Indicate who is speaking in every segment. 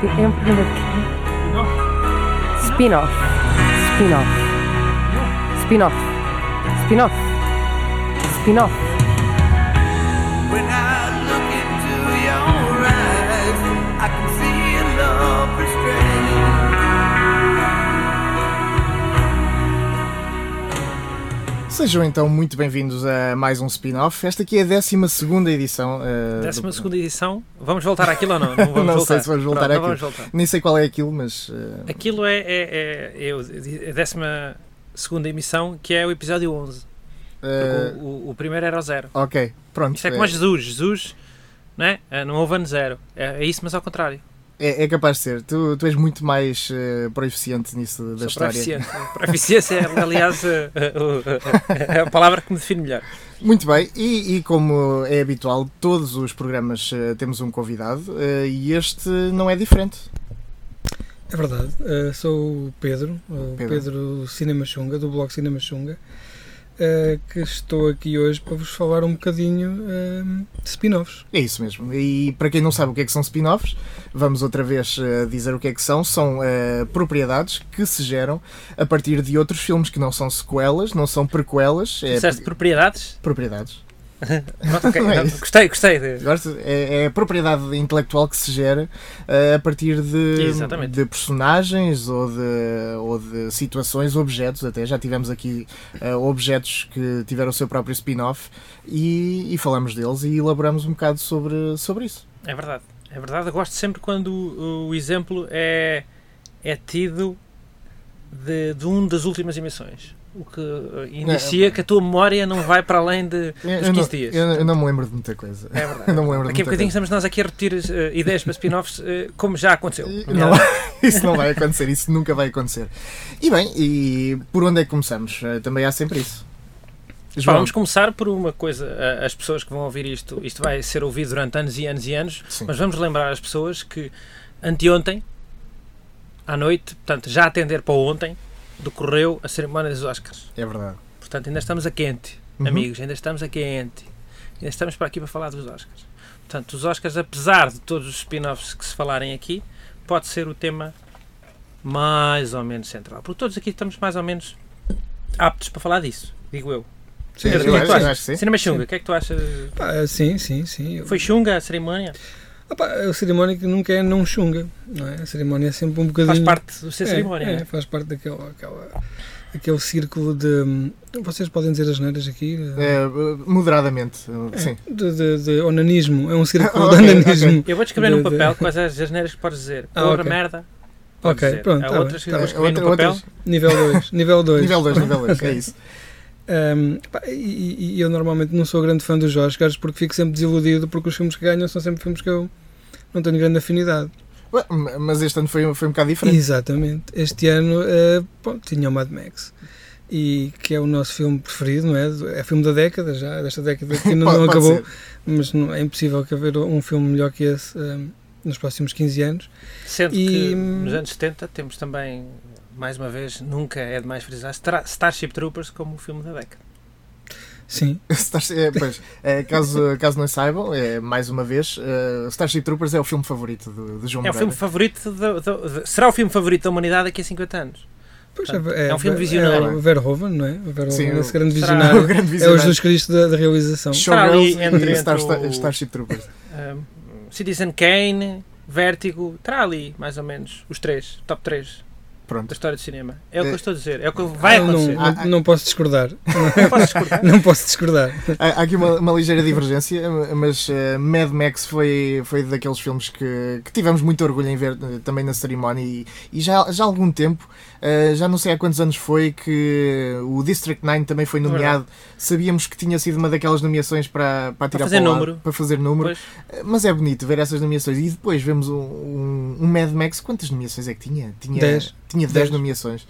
Speaker 1: que é um programa que... Spin-off. Spin-off. Spin-off. Spin-off. Spin-off.
Speaker 2: When I look into your eyes, I can see a love restrained.
Speaker 3: Sejam então muito bem-vindos a mais um spin-off. Esta aqui é a 12 edição. eh,
Speaker 4: Décima
Speaker 3: do-
Speaker 4: segunda edição. Vamos voltar àquilo ou não? Não, vamos
Speaker 3: Não
Speaker 4: voltar.
Speaker 3: sei se vamos voltar
Speaker 4: Pronto, não
Speaker 3: àquilo.
Speaker 4: vamos voltar.
Speaker 3: Nem sei qual é aquilo, mas. eh,
Speaker 4: Aquilo é, é, é, é o- a décima segunda emissão, que é o episódio 11.
Speaker 3: eh,
Speaker 4: Porque o, o- o primeiro era o zero.
Speaker 3: ok, pronto. eh,
Speaker 4: Isto é como a Jesus. Jesus, não é? Ah, Não houve ano zero. É, é isso, mas ao contrário.
Speaker 3: é, é capaz de ser. Tu, tu és muito mais eh, proeficiente nisso da
Speaker 4: Sou
Speaker 3: história.
Speaker 4: proficiente. Proficiência é, aliás, a- a- eh, é a- a palavra que me define melhor.
Speaker 3: Muito bem, e, e como é habitual, todos os programas eh, temos um convidado eh, e este não é diferente.
Speaker 5: É verdade, uh, sou o Pedro, o
Speaker 3: Pedro.
Speaker 5: Pedro, Cinema Xunga, do blog Cinema Xunga, uh, que estou aqui hoje para vos falar um bocadinho um, de spin-offs.
Speaker 3: É isso mesmo. E para quem não sabe o que é que são spin-offs, vamos outra vez eh, dizer o que é que são. São eh, propriedades que se geram a partir de outros filmes que não são sequelas, não são prequelas. É
Speaker 4: Disseste propriedades?
Speaker 3: propriedades.
Speaker 4: Pronto, ok.
Speaker 3: Não é
Speaker 4: Não,
Speaker 3: isso.
Speaker 4: gostei, gostei. de-
Speaker 3: Gosto? É, é a propriedade intelectual que se gera eh, a partir de,
Speaker 4: Exatamente.
Speaker 3: de personagens ou de, ou de situações, objetos até. Já tivemos aqui eh, objetos que tiveram o seu próprio spin-off e, e falamos deles e elaboramos um bocado sobre, sobre isso.
Speaker 4: É verdade. É verdade. Eu gosto sempre quando o, o exemplo é, é tido de, de um das últimas emissões. O que eh, inicia que a tua memória não vai para além de.
Speaker 3: Eu,
Speaker 4: Os
Speaker 3: eu
Speaker 4: 15
Speaker 3: não,
Speaker 4: dias.
Speaker 3: eu- eu não me lembro de muita coisa.
Speaker 4: É
Speaker 3: Eu
Speaker 4: verdade.
Speaker 3: não me lembro
Speaker 4: Daqui a
Speaker 3: de muita
Speaker 4: bocadinho estamos nós aqui a repetir eh, ideias para spin-offs, eh, como já aconteceu. Então,
Speaker 3: coisa. Não, isso não vai acontecer, isso nunca vai acontecer. E bem, e por onde é que começamos? Eh, Também há sempre isso.
Speaker 4: Pá,
Speaker 3: João,
Speaker 4: vamos começar por uma coisa. eh, As pessoas que vão ouvir isto, isto vai ser ouvido durante anos e anos e anos,
Speaker 3: sim.
Speaker 4: Mas vamos lembrar as pessoas que anteontem, à noite, portanto, já a atender para ontem, decorreu a cerimónia dos Oscars.
Speaker 3: é verdade.
Speaker 4: Portanto, ainda estamos a quente,
Speaker 3: Uhum.
Speaker 4: amigos, ainda estamos a quente. Ainda estamos para aqui para falar dos Oscars. Portanto, os Oscars, apesar de todos os spin-offs que se falarem aqui, pode ser o tema mais ou menos central. Porque todos aqui estamos mais ou menos aptos para falar disso, digo eu.
Speaker 5: Eh, Sim,
Speaker 4: Pedro,
Speaker 3: eu
Speaker 4: o que é que
Speaker 3: acho-
Speaker 4: tu
Speaker 3: eu
Speaker 4: achas?
Speaker 3: acho que sim.
Speaker 4: Cinema Xunga, o que é que tu achas?
Speaker 5: Pá, sim, sim, sim. Eu-
Speaker 4: Foi Xunga a cerimónia?
Speaker 5: Ah, pá, a cerimónia que nunca é não xunga, não é? A cerimónia é sempre um
Speaker 4: Faz
Speaker 5: bocadinho...
Speaker 4: parte do ser
Speaker 5: é,
Speaker 4: cerimónia,
Speaker 5: é,
Speaker 4: né?
Speaker 5: faz parte daquele, aquela, aquele círculo de... hum, Vocês podem dizer as neiras aqui?
Speaker 3: Eh, moderadamente,
Speaker 4: É,
Speaker 3: eh, sim.
Speaker 5: De, de- de onanismo, é um círculo
Speaker 3: Ok,
Speaker 5: de
Speaker 3: ok.
Speaker 5: onanismo.
Speaker 4: é? Eu vou escrever num
Speaker 5: De- de-
Speaker 4: papel quais as asneiras que podes dizer.
Speaker 5: eh, Ah,
Speaker 4: Porra,
Speaker 5: ok.
Speaker 4: merda. podes
Speaker 5: Ok,
Speaker 4: dizer.
Speaker 5: pronto,
Speaker 4: Há
Speaker 5: tá bem.
Speaker 4: outras que eu vou
Speaker 3: Eh,
Speaker 4: escrever
Speaker 3: outra-
Speaker 4: num
Speaker 5: é
Speaker 4: papel.
Speaker 3: outras-
Speaker 5: Nível 2, nível 2.
Speaker 3: nível 2, nível 2, é isso.
Speaker 5: Um, pá, e, e eu normalmente não sou grande fã dos Oscars porque fico sempre desiludido porque os filmes que ganham são sempre filmes que eu não tenho grande afinidade.
Speaker 3: Ué, Mas este ano foi, foi um bocado diferente.
Speaker 5: Exatamente. Este ano eh, pô, tinha o Mad Max. E que é o nosso filme preferido, não é? É filme da década já, desta década que ainda
Speaker 3: Pode-
Speaker 5: não
Speaker 3: pode
Speaker 5: acabou,
Speaker 3: ser.
Speaker 5: mas não, é impossível que haver um filme melhor que esse um, nos próximos 15 anos.
Speaker 4: Sendo que
Speaker 5: E- hum,
Speaker 4: nos anos 70 temos também, mais uma vez, nunca é demais frisar, Stra- Starship Troopers como o filme da década.
Speaker 5: Sim,
Speaker 3: Star- eh, pois, eh, caso, caso não saibam, eh, mais uma vez, eh, Starship Troopers é o filme favorito do, do João
Speaker 4: É o
Speaker 3: Moreira.
Speaker 4: filme favorito, do- do- de- será o filme favorito da humanidade daqui a 50 anos.
Speaker 5: pois
Speaker 4: Portanto, é um filme visionário.
Speaker 5: É o Verhoeven, não é? O Verhoeven,
Speaker 3: Sim,
Speaker 5: esse
Speaker 3: o-
Speaker 5: grande
Speaker 4: Será-
Speaker 3: o
Speaker 5: visionário.
Speaker 3: grande
Speaker 5: É o
Speaker 3: visionário.
Speaker 5: Jesus Cristo da, da realização.
Speaker 3: Showgirls
Speaker 4: Está ali entre-
Speaker 3: e Star-
Speaker 4: entre
Speaker 3: Star-
Speaker 4: o-
Speaker 3: Starship Troopers.
Speaker 5: é.
Speaker 4: Ahm, Hum, Citizen Kane, Vértigo, terá ali, mais ou menos, os três, top 3 da
Speaker 3: Pronto.
Speaker 4: história do cinema. É o que
Speaker 3: É.
Speaker 4: eu estou a dizer, é o que vai
Speaker 5: Eu não,
Speaker 4: acontecer.
Speaker 5: não- não posso discordar.
Speaker 4: Não posso discordar.
Speaker 5: Não posso discordar.
Speaker 3: Há há aqui uma, uma ligeira divergência, mas eh, Mad Max foi, foi daqueles filmes que, que tivemos muito orgulho em ver eh, também na cerimónia e, e já, já há algum tempo, eh, já não sei há quantos anos foi, que o District 9 também
Speaker 4: É
Speaker 3: foi nomeado. Sabíamos que tinha sido uma daquelas nomeações para, para tirar
Speaker 4: fazer
Speaker 3: para o
Speaker 4: número.
Speaker 3: Lado, para fazer número.
Speaker 4: Pois,
Speaker 3: Eh, Mas é bonito ver essas nomeações. E depois vemos um, um, um Mad Max, quantas nomeações é que tinha? Tinha
Speaker 5: Dez.
Speaker 3: Tinha 10
Speaker 5: Dez.
Speaker 3: nomeações.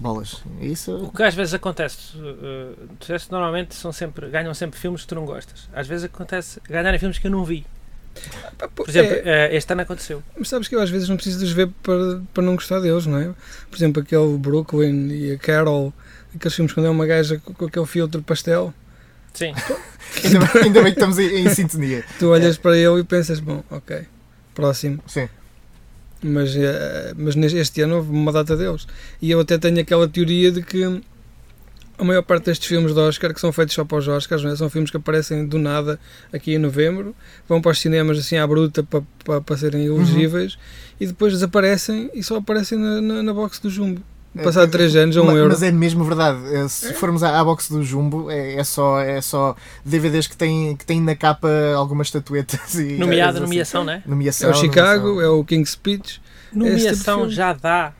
Speaker 3: Bolas. Isso.
Speaker 4: O que às vezes acontece, eh, eh, tu- normalmente são sempre, ganham sempre filmes que tu não gostas. Às vezes acontece ganharem filmes que eu não vi.
Speaker 5: Pá, pô,
Speaker 4: Por exemplo,
Speaker 5: é,
Speaker 4: eh, este ano aconteceu.
Speaker 5: mas sabes que eu às vezes não preciso de os ver para, para não gostar deles, não é? Por exemplo, aquele Brooklyn e a Carol, aqueles filmes quando é uma gaja com, com aquele filtro pastel,
Speaker 4: Sim,
Speaker 3: Ainda bem, ainda bem que
Speaker 4: É.
Speaker 3: estamos em, em sintonia.
Speaker 5: tu olhas para ele e pensas, bom, ok, próximo.
Speaker 3: Sim.
Speaker 5: mas, eh, mas nes- este ano houve uma data deles. E eu até tenho aquela teoria de que a maior parte destes filmes de Oscar, que são feitos só para os Oscars, não é? são filmes que aparecem do nada aqui em novembro, vão para os cinemas assim à bruta para, para, para serem
Speaker 3: Uhum.
Speaker 5: elegíveis e depois desaparecem e só aparecem na, na, na box do Jumbo. Passado 3 anos a 1
Speaker 3: Ma-
Speaker 5: euro.
Speaker 3: É, Mas é mesmo verdade. Eh, Se formos à, à box do Jumbo, é, é só, é só DVDs que têm, que têm na capa algumas estatuetas e.
Speaker 4: Nomeada,
Speaker 3: coisas assim.
Speaker 4: nomeação, né?
Speaker 5: É
Speaker 3: Nomeação.
Speaker 5: o Chicago,
Speaker 3: nomeação.
Speaker 5: é o King's Speech.
Speaker 4: Nomeação
Speaker 5: tipo filme.
Speaker 4: já dá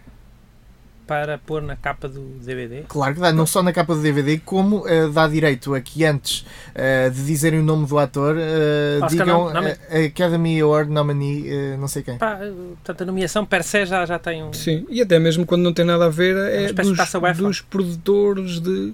Speaker 4: para pôr na capa do DVD.
Speaker 3: Claro que dá, não só na capa do DVD, como eh, dá direito a que antes eh, de dizerem o nome do ator, eh,
Speaker 4: Oscar
Speaker 3: digam
Speaker 4: nom- nome-
Speaker 3: eh, Academy Award nominee, eh, não sei quem.
Speaker 4: Pá, eh, portanto, a nomeação per se já, já tem um.
Speaker 5: Sim, e até mesmo quando não tem nada a ver,
Speaker 4: uma
Speaker 5: é
Speaker 4: espécie de
Speaker 5: dos,
Speaker 4: taça UEFA.
Speaker 5: dos produtores de.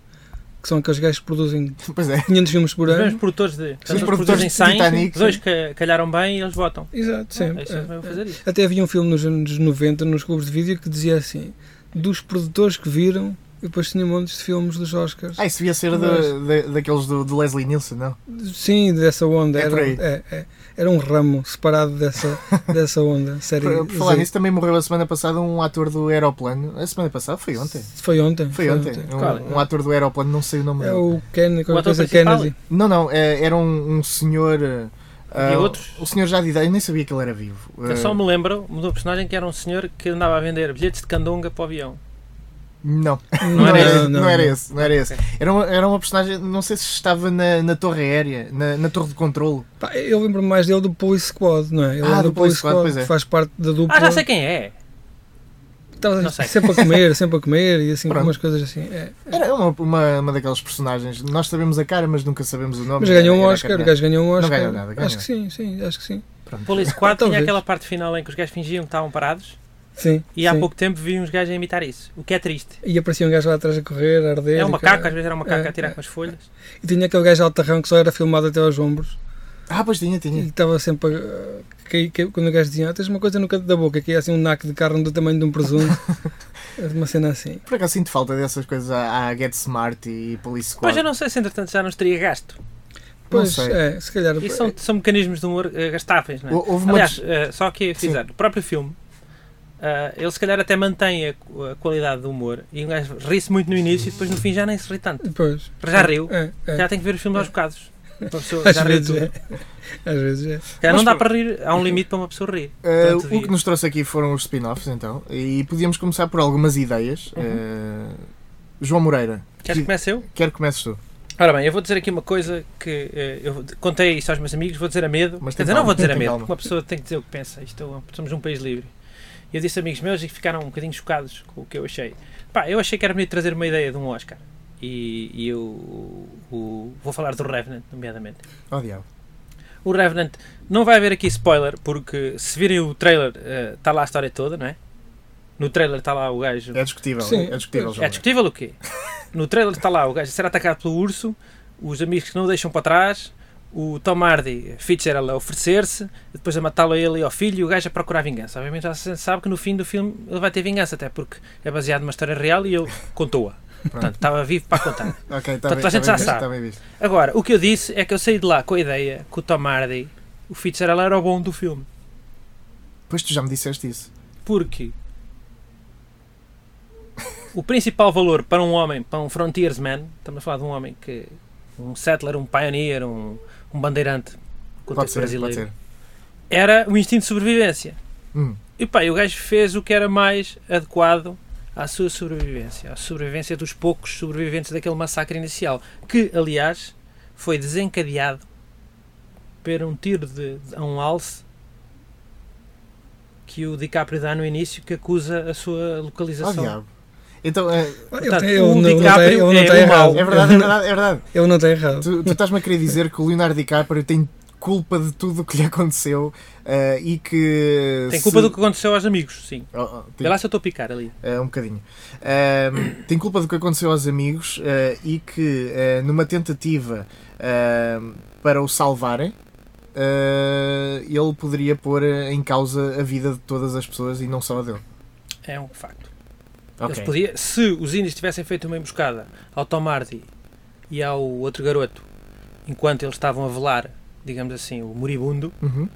Speaker 5: que são aqueles gajos que produzem
Speaker 3: Pois é.
Speaker 5: 500 filmes por
Speaker 4: Os mesmos
Speaker 5: ano.
Speaker 4: produtores de. portanto,
Speaker 3: os
Speaker 4: eles
Speaker 3: produtores
Speaker 4: produzem
Speaker 3: de
Speaker 4: 100,
Speaker 3: Titanic,
Speaker 4: os dois
Speaker 3: sim.
Speaker 4: ca- calharam bem e eles votam.
Speaker 5: Exato, sempre. é.
Speaker 4: Eles vão fazer isso.
Speaker 5: Até havia um filme nos anos 90, nos clubes de vídeo, que dizia assim: dos produtores que viram, e depois tinha montes de filmes dos Oscars.
Speaker 3: Ah, isso devia ser da- da- daqueles do, do Leslie Nielsen, não?
Speaker 5: Sim, dessa onda.
Speaker 3: É por
Speaker 5: Era,
Speaker 3: aí.
Speaker 5: é, é. era um ramo separado dessa, dessa onda. Série
Speaker 3: Por, por falar
Speaker 5: Z.
Speaker 3: nisso, também morreu a semana passada um ator do Aeroplano. A semana passada? Foi ontem.
Speaker 5: Foi ontem.
Speaker 3: Foi ontem.
Speaker 4: Qual?
Speaker 3: Um, um ator do Aeroplano, não sei o nome
Speaker 5: É
Speaker 3: dele.
Speaker 5: o Ken,
Speaker 4: O
Speaker 5: qualquer
Speaker 4: ator
Speaker 5: coisa
Speaker 4: principal?
Speaker 5: Kennedy.
Speaker 3: Não, não, é- era um, um senhor. eh,
Speaker 4: Havia
Speaker 3: ah,
Speaker 4: outros?
Speaker 3: O senhor já de idade, eu nem sabia que ele era vivo.
Speaker 5: é.
Speaker 4: Eu É só
Speaker 3: Eh,
Speaker 4: me lembro mudou o personagem que era um senhor que andava a vender bilhetes de candonga para o avião.
Speaker 3: Ah, Não,
Speaker 5: Não,
Speaker 3: não,
Speaker 4: era
Speaker 3: era,
Speaker 4: esse.
Speaker 3: não, era esse, não era esse.
Speaker 4: Ok.
Speaker 3: Era, uma, era uma personagem, não sei se estava na, na torre aérea, na, na torre de controlo.
Speaker 5: Pá, eu lembro mais dele do Police Squad, não é? Ele
Speaker 3: Ah,
Speaker 5: é
Speaker 3: do Police Squad, pois é.
Speaker 5: que faz parte da dupla.
Speaker 4: Ah, já sei quem é!
Speaker 5: Estava
Speaker 4: Não sei.
Speaker 5: sempre a comer, sempre a comer e assim, com
Speaker 3: Pronto.
Speaker 5: umas coisas assim. É.
Speaker 3: Era uma, uma, uma daquelas personagens. Nós sabemos a cara, mas nunca sabemos o nome.
Speaker 5: Mas ganhou um
Speaker 3: Era- era
Speaker 5: Oscar, o
Speaker 3: carnal.
Speaker 5: gajo ganhou um Oscar.
Speaker 3: ganhou nada, ganhou.
Speaker 5: Acho que sim, sim, acho que sim.
Speaker 4: Police Squad tinha
Speaker 5: Talvez.
Speaker 4: aquela parte final em que os gajos fingiam que estavam parados
Speaker 5: Sim.
Speaker 4: e há
Speaker 5: sim.
Speaker 4: pouco tempo vi uns gajos a imitar isso, o que é triste.
Speaker 5: E aparecia um gajo lá atrás a correr, a arder.
Speaker 4: É
Speaker 5: e
Speaker 4: um
Speaker 5: cara-
Speaker 4: macaco, às vezes era um macaco
Speaker 5: É,
Speaker 4: a tirar
Speaker 5: é.
Speaker 4: com as folhas.
Speaker 5: E tinha aquele gajo altarrão que só era filmado até aos ombros.
Speaker 3: Ah, pois tinha,
Speaker 5: E
Speaker 3: tinha.
Speaker 5: estava sempre a. a cair- cair- quando o gajo dizia, ah, tens uma coisa no canto da boca, que é assim um naco de carne do tamanho de um presunto. uma cena assim.
Speaker 3: Por acaso sinto falta dessas coisas à, à Get Smart e Police Squad.
Speaker 4: Pois eu não sei se entretanto já nos teria gasto.
Speaker 5: Pois,
Speaker 3: sei.
Speaker 5: é, se calhar.
Speaker 4: E são, são mecanismos de humor eh, gastáveis, não é?
Speaker 3: Hou- Houve uma
Speaker 4: Aliás,
Speaker 3: des-
Speaker 4: eh, só que fizer, o próprio filme, eh, ele se calhar até mantém a, cu- a qualidade do humor e um gajo ri-se muito no início e depois no fim já nem se ri tanto.
Speaker 5: Depois.
Speaker 4: Já riu.
Speaker 5: É, é.
Speaker 4: Já tem que ver os filmes aos bocados. Uma pessoa
Speaker 5: Às
Speaker 4: já riu
Speaker 5: vezes
Speaker 4: tudo.
Speaker 5: é. Às vezes é.
Speaker 4: Já não
Speaker 3: Mas
Speaker 4: dá
Speaker 3: pronto.
Speaker 4: para rir, há um limite para uma pessoa rir.
Speaker 3: Eh,
Speaker 4: Portanto,
Speaker 3: o que
Speaker 4: devia.
Speaker 3: nos trouxe aqui foram os spin-offs, então. E podíamos começar por algumas ideias. Eh, João Moreira,
Speaker 4: Uhum. Queres que comece eu?
Speaker 3: quero que comeces tu.
Speaker 4: Ora bem, eu vou dizer aqui uma coisa que eh, eu contei isto aos meus amigos, vou dizer a medo,
Speaker 3: Mas
Speaker 4: quer
Speaker 3: tem
Speaker 4: dizer, não
Speaker 3: calma,
Speaker 4: vou dizer a
Speaker 3: tem
Speaker 4: medo,
Speaker 3: calma.
Speaker 4: porque uma pessoa tem que dizer o que pensa, isto é um- somos um país livre. E eu disse a amigos meus e ficaram um bocadinho chocados com o que eu achei. Pá, eu achei que era bonito trazer uma ideia de um Oscar. E, e eu o- vou falar do Revenant, nomeadamente.
Speaker 3: Oh, diabo.
Speaker 4: O Revenant, não vai haver aqui spoiler, porque se virem o trailer, está lá a história toda, não é? No trailer está lá o gajo.
Speaker 3: É discutível,
Speaker 5: Sim.
Speaker 3: é discutível, João
Speaker 4: É
Speaker 3: Moreira.
Speaker 4: discutível o quê? No trailer está lá o gajo a ser atacado pelo urso, os amigos que não o deixam para trás, o Tom Hardy, Fitzgerald, a oferecer-se, depois a matá-lo a ele e ao filho, e o gajo a procurar vingança. Obviamente já se sabe que no fim do filme ele vai ter vingança, até porque é baseado numa história real e ele contou-a. Portanto, estava vivo para contar.
Speaker 3: Ok, está
Speaker 4: Portanto,
Speaker 3: bem,
Speaker 4: Então
Speaker 3: tá
Speaker 4: a gente
Speaker 3: bem
Speaker 4: já
Speaker 3: visto,
Speaker 4: sabe.
Speaker 3: tá bem visto.
Speaker 4: Agora, o que eu disse é que eu saí de lá com a ideia que o Tom Hardy, o Fitzgerald, era o bom do filme.
Speaker 3: Pois tu já me disseste isso.
Speaker 4: Porque o principal valor para um homem, para um frontiersman, estamos a falar de um homem que. um settler, um pioneer, um, um bandeirante
Speaker 3: Pode ser,
Speaker 4: é brasileiro,
Speaker 3: pode ser.
Speaker 4: era o instinto de sobrevivência.
Speaker 3: Hum,
Speaker 4: E pá, e o gajo fez o que era mais adequado à sua sobrevivência, à sobrevivência dos poucos sobreviventes daquele massacre inicial, que aliás foi desencadeado por um tiro de, de- a um alce que o DiCaprio dá no início que acusa a sua
Speaker 3: Oh,
Speaker 4: localização.
Speaker 3: diabo. Então, eh,
Speaker 5: Ah,
Speaker 4: Portanto,
Speaker 5: ele, tem-
Speaker 4: o
Speaker 5: ele não, ele não tem,
Speaker 4: DiCaprio
Speaker 5: ele não
Speaker 4: é
Speaker 5: tem
Speaker 4: o mau.
Speaker 5: errado.
Speaker 3: é verdade, é verdade, é verdade.
Speaker 5: Ele não tem errado.
Speaker 3: Tu, tu estás-me a querer dizer que o Leonardo DiCaprio tem culpa de tudo o que lhe aconteceu eh, e que.
Speaker 4: Tem culpa
Speaker 3: se-
Speaker 4: do que aconteceu aos amigos, sim.
Speaker 3: Oh, oh, tem-
Speaker 4: Vê lá se eu estou a picar ali.
Speaker 3: eh, um bocadinho. Ahm, tem culpa do que aconteceu aos amigos eh, e que, eh, numa tentativa ahm, para o salvarem, eh, ele poderia pôr eh, em causa a vida de todas as pessoas e não só a dele.
Speaker 4: É um facto.
Speaker 3: Ok.
Speaker 4: Eles podia, se os índios tivessem feito uma emboscada ao Tom Hardy e ao outro garoto, enquanto eles estavam a velar, digamos assim, o moribundo,
Speaker 3: Uhum.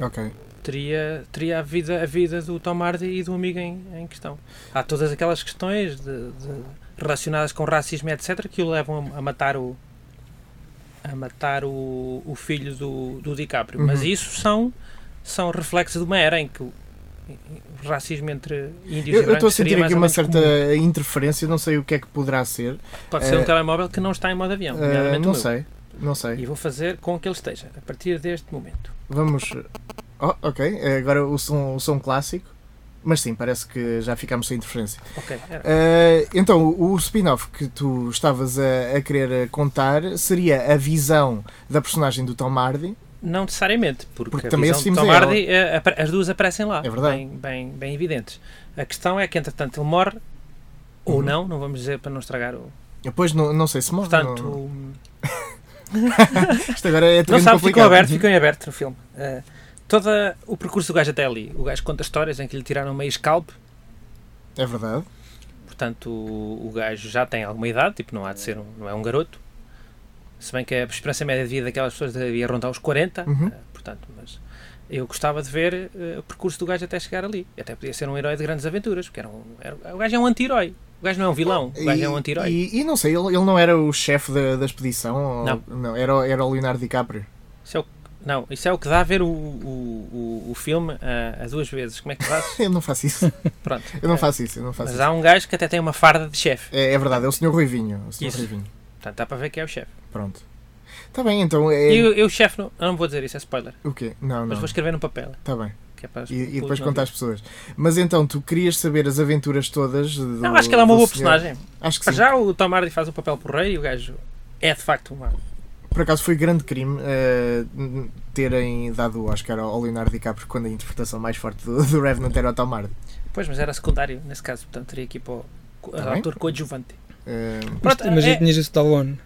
Speaker 3: Ok.
Speaker 4: teria, teria a, vida, a vida do Tom Hardy e do amigo em, em questão. Há todas aquelas questões de- de- relacionadas com racismo, etc., que o levam a, a matar o a matar o, o filho do, do DiCaprio. Mas
Speaker 3: Uhum.
Speaker 4: isso são, são reflexos de uma era em que o, o racismo entre
Speaker 3: Eu
Speaker 4: índios e
Speaker 3: eu estou a
Speaker 4: brancos seria
Speaker 3: sentir
Speaker 4: mais
Speaker 3: aqui
Speaker 4: ou
Speaker 3: uma
Speaker 4: menos
Speaker 3: certa
Speaker 4: comum.
Speaker 3: interferência, não sei o que é que poderá ser.
Speaker 4: Pode ser um
Speaker 3: eh,
Speaker 4: telemóvel que não está em modo avião,
Speaker 3: Ah,
Speaker 4: É, nomeadamente o
Speaker 3: não
Speaker 4: meu.
Speaker 3: sei, não sei.
Speaker 4: E vou fazer com que ele esteja, a partir deste momento.
Speaker 3: Vamos. Oh, ok, eh, agora o som, o som clássico. Mas sim, parece que já ficámos sem interferência.
Speaker 4: Ok, é, era.
Speaker 3: Eh, então, o o spin-off que tu estavas a, a querer contar seria a visão da personagem do Tom Hardy.
Speaker 4: Não necessariamente, porque,
Speaker 3: Porque
Speaker 4: a
Speaker 3: também
Speaker 4: visão de
Speaker 3: assistimos
Speaker 4: Tom
Speaker 3: a ela.
Speaker 4: Hardy, eh, apa- as duas aparecem lá,
Speaker 3: É verdade.
Speaker 4: Bem, bem, bem evidentes. A questão é que, entretanto, ele morre, ou
Speaker 3: Uhum.
Speaker 4: não, não vamos dizer para não estragar o...
Speaker 3: Depois, não, não sei se morre.
Speaker 4: Portanto,
Speaker 3: não-
Speaker 4: não,
Speaker 3: isto agora é terreno
Speaker 4: sabe, ficou
Speaker 3: complicado. Uhum.
Speaker 4: aberto, ficou em aberto no filme. Eh, todo o percurso do gajo até ali, o gajo conta histórias em que lhe tiraram meio scalp,
Speaker 3: É verdade.
Speaker 4: portanto, o, o gajo já tem alguma idade, tipo, não há de ser, um, não é um garoto. Se bem que a esperança média de vida daquelas pessoas devia rondar os 40,
Speaker 3: Uhum.
Speaker 4: eh, portanto, mas eu gostava de ver eh, o percurso do gajo até chegar ali. Até podia ser um herói de grandes aventuras, porque era um, era- o gajo é um anti-herói. O gajo não é um vilão, o gajo é um anti-herói.
Speaker 3: E, e não sei, ele, ele não era o chefe da, da expedição? ou-
Speaker 4: Não.
Speaker 3: era, o- era o Leonardo DiCaprio.
Speaker 4: Isso é o que- não, isso é o que dá a ver o, o, o, o filme ah, a duas vezes. Como é que faz?
Speaker 3: Eu não faço isso.
Speaker 4: Pronto.
Speaker 3: Eu não
Speaker 4: Eh,
Speaker 3: faço isso. Eu não faço
Speaker 4: mas
Speaker 3: isso.
Speaker 4: há um gajo que até tem uma farda de chefe.
Speaker 3: É, é verdade, é o Sr. Ruivinho. O Sr.
Speaker 4: Isso.
Speaker 3: Ruivinho.
Speaker 4: Portanto, dá para ver que é o chefe.
Speaker 3: Pronto. Está bem, então é.
Speaker 4: E, o- e o chefe, não, não vou dizer isso, é spoiler.
Speaker 3: O quê? Não,
Speaker 4: Mas
Speaker 3: não.
Speaker 4: vou escrever no papel.
Speaker 3: Está bem.
Speaker 4: Que é para os
Speaker 3: E, e
Speaker 4: putos
Speaker 3: depois
Speaker 4: não
Speaker 3: conta às pessoas. Mas então, tu querias saber as aventuras todas do.
Speaker 4: verem. Não, acho que ela é uma
Speaker 3: do
Speaker 4: boa
Speaker 3: senhor?
Speaker 4: personagem.
Speaker 3: Acho que
Speaker 4: Para
Speaker 3: sim.
Speaker 4: já o Tom Hardy faz o papel por rei e o gajo é de facto uma.
Speaker 3: Por acaso foi grande crime eh, terem dado o Oscar ao ao Leonardo DiCaprio quando a interpretação mais forte do, do Revenant era o Tom Hardy.
Speaker 4: Pois, mas era secundário nesse caso, portanto teria que ir para o co-
Speaker 3: Tá bem.
Speaker 4: ator coadjuvante.
Speaker 3: Eh,
Speaker 5: Mas,
Speaker 4: Pronto,
Speaker 5: mas
Speaker 4: é-
Speaker 5: já tinhas o Stallone.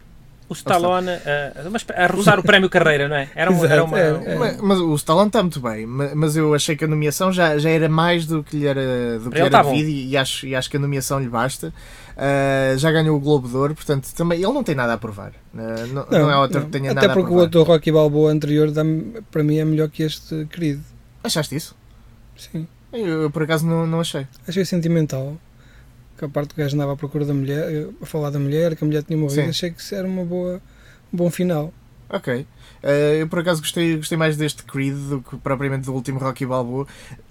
Speaker 4: O Stallone ah, mas a roçar o prémio carreira, não é? Era, um,
Speaker 5: Exato,
Speaker 4: era uma.
Speaker 5: é,
Speaker 4: um-
Speaker 5: é.
Speaker 3: mas, mas o Stallone está muito bem, ma- mas eu achei que a nomeação já, já era mais do que lhe era, do que
Speaker 4: ele
Speaker 3: lhe
Speaker 4: tá
Speaker 3: era
Speaker 4: bom.
Speaker 3: devido e, e acho, e acho que a nomeação lhe basta. Eh, já ganhou o Globo de Ouro, portanto também ele não tem nada a provar. Eh, não, não é outro que tenha
Speaker 5: Até
Speaker 3: nada a
Speaker 5: porque o
Speaker 3: provar.
Speaker 5: outro Rocky Balboa anterior dá-me- para mim é melhor que este querido.
Speaker 3: Achaste isso?
Speaker 5: Sim.
Speaker 3: Eu, eu, por acaso não, não achei.
Speaker 5: Achei sentimental que a parte do gajo andava à procura da mulher, eh, a falar da mulher, que a mulher tinha morrido.
Speaker 3: Sim.
Speaker 5: Achei que isso era uma boa, um bom final.
Speaker 3: Ok. Eh, eu por acaso gostei, gostei mais deste Creed do que propriamente do último Rocky Balboa.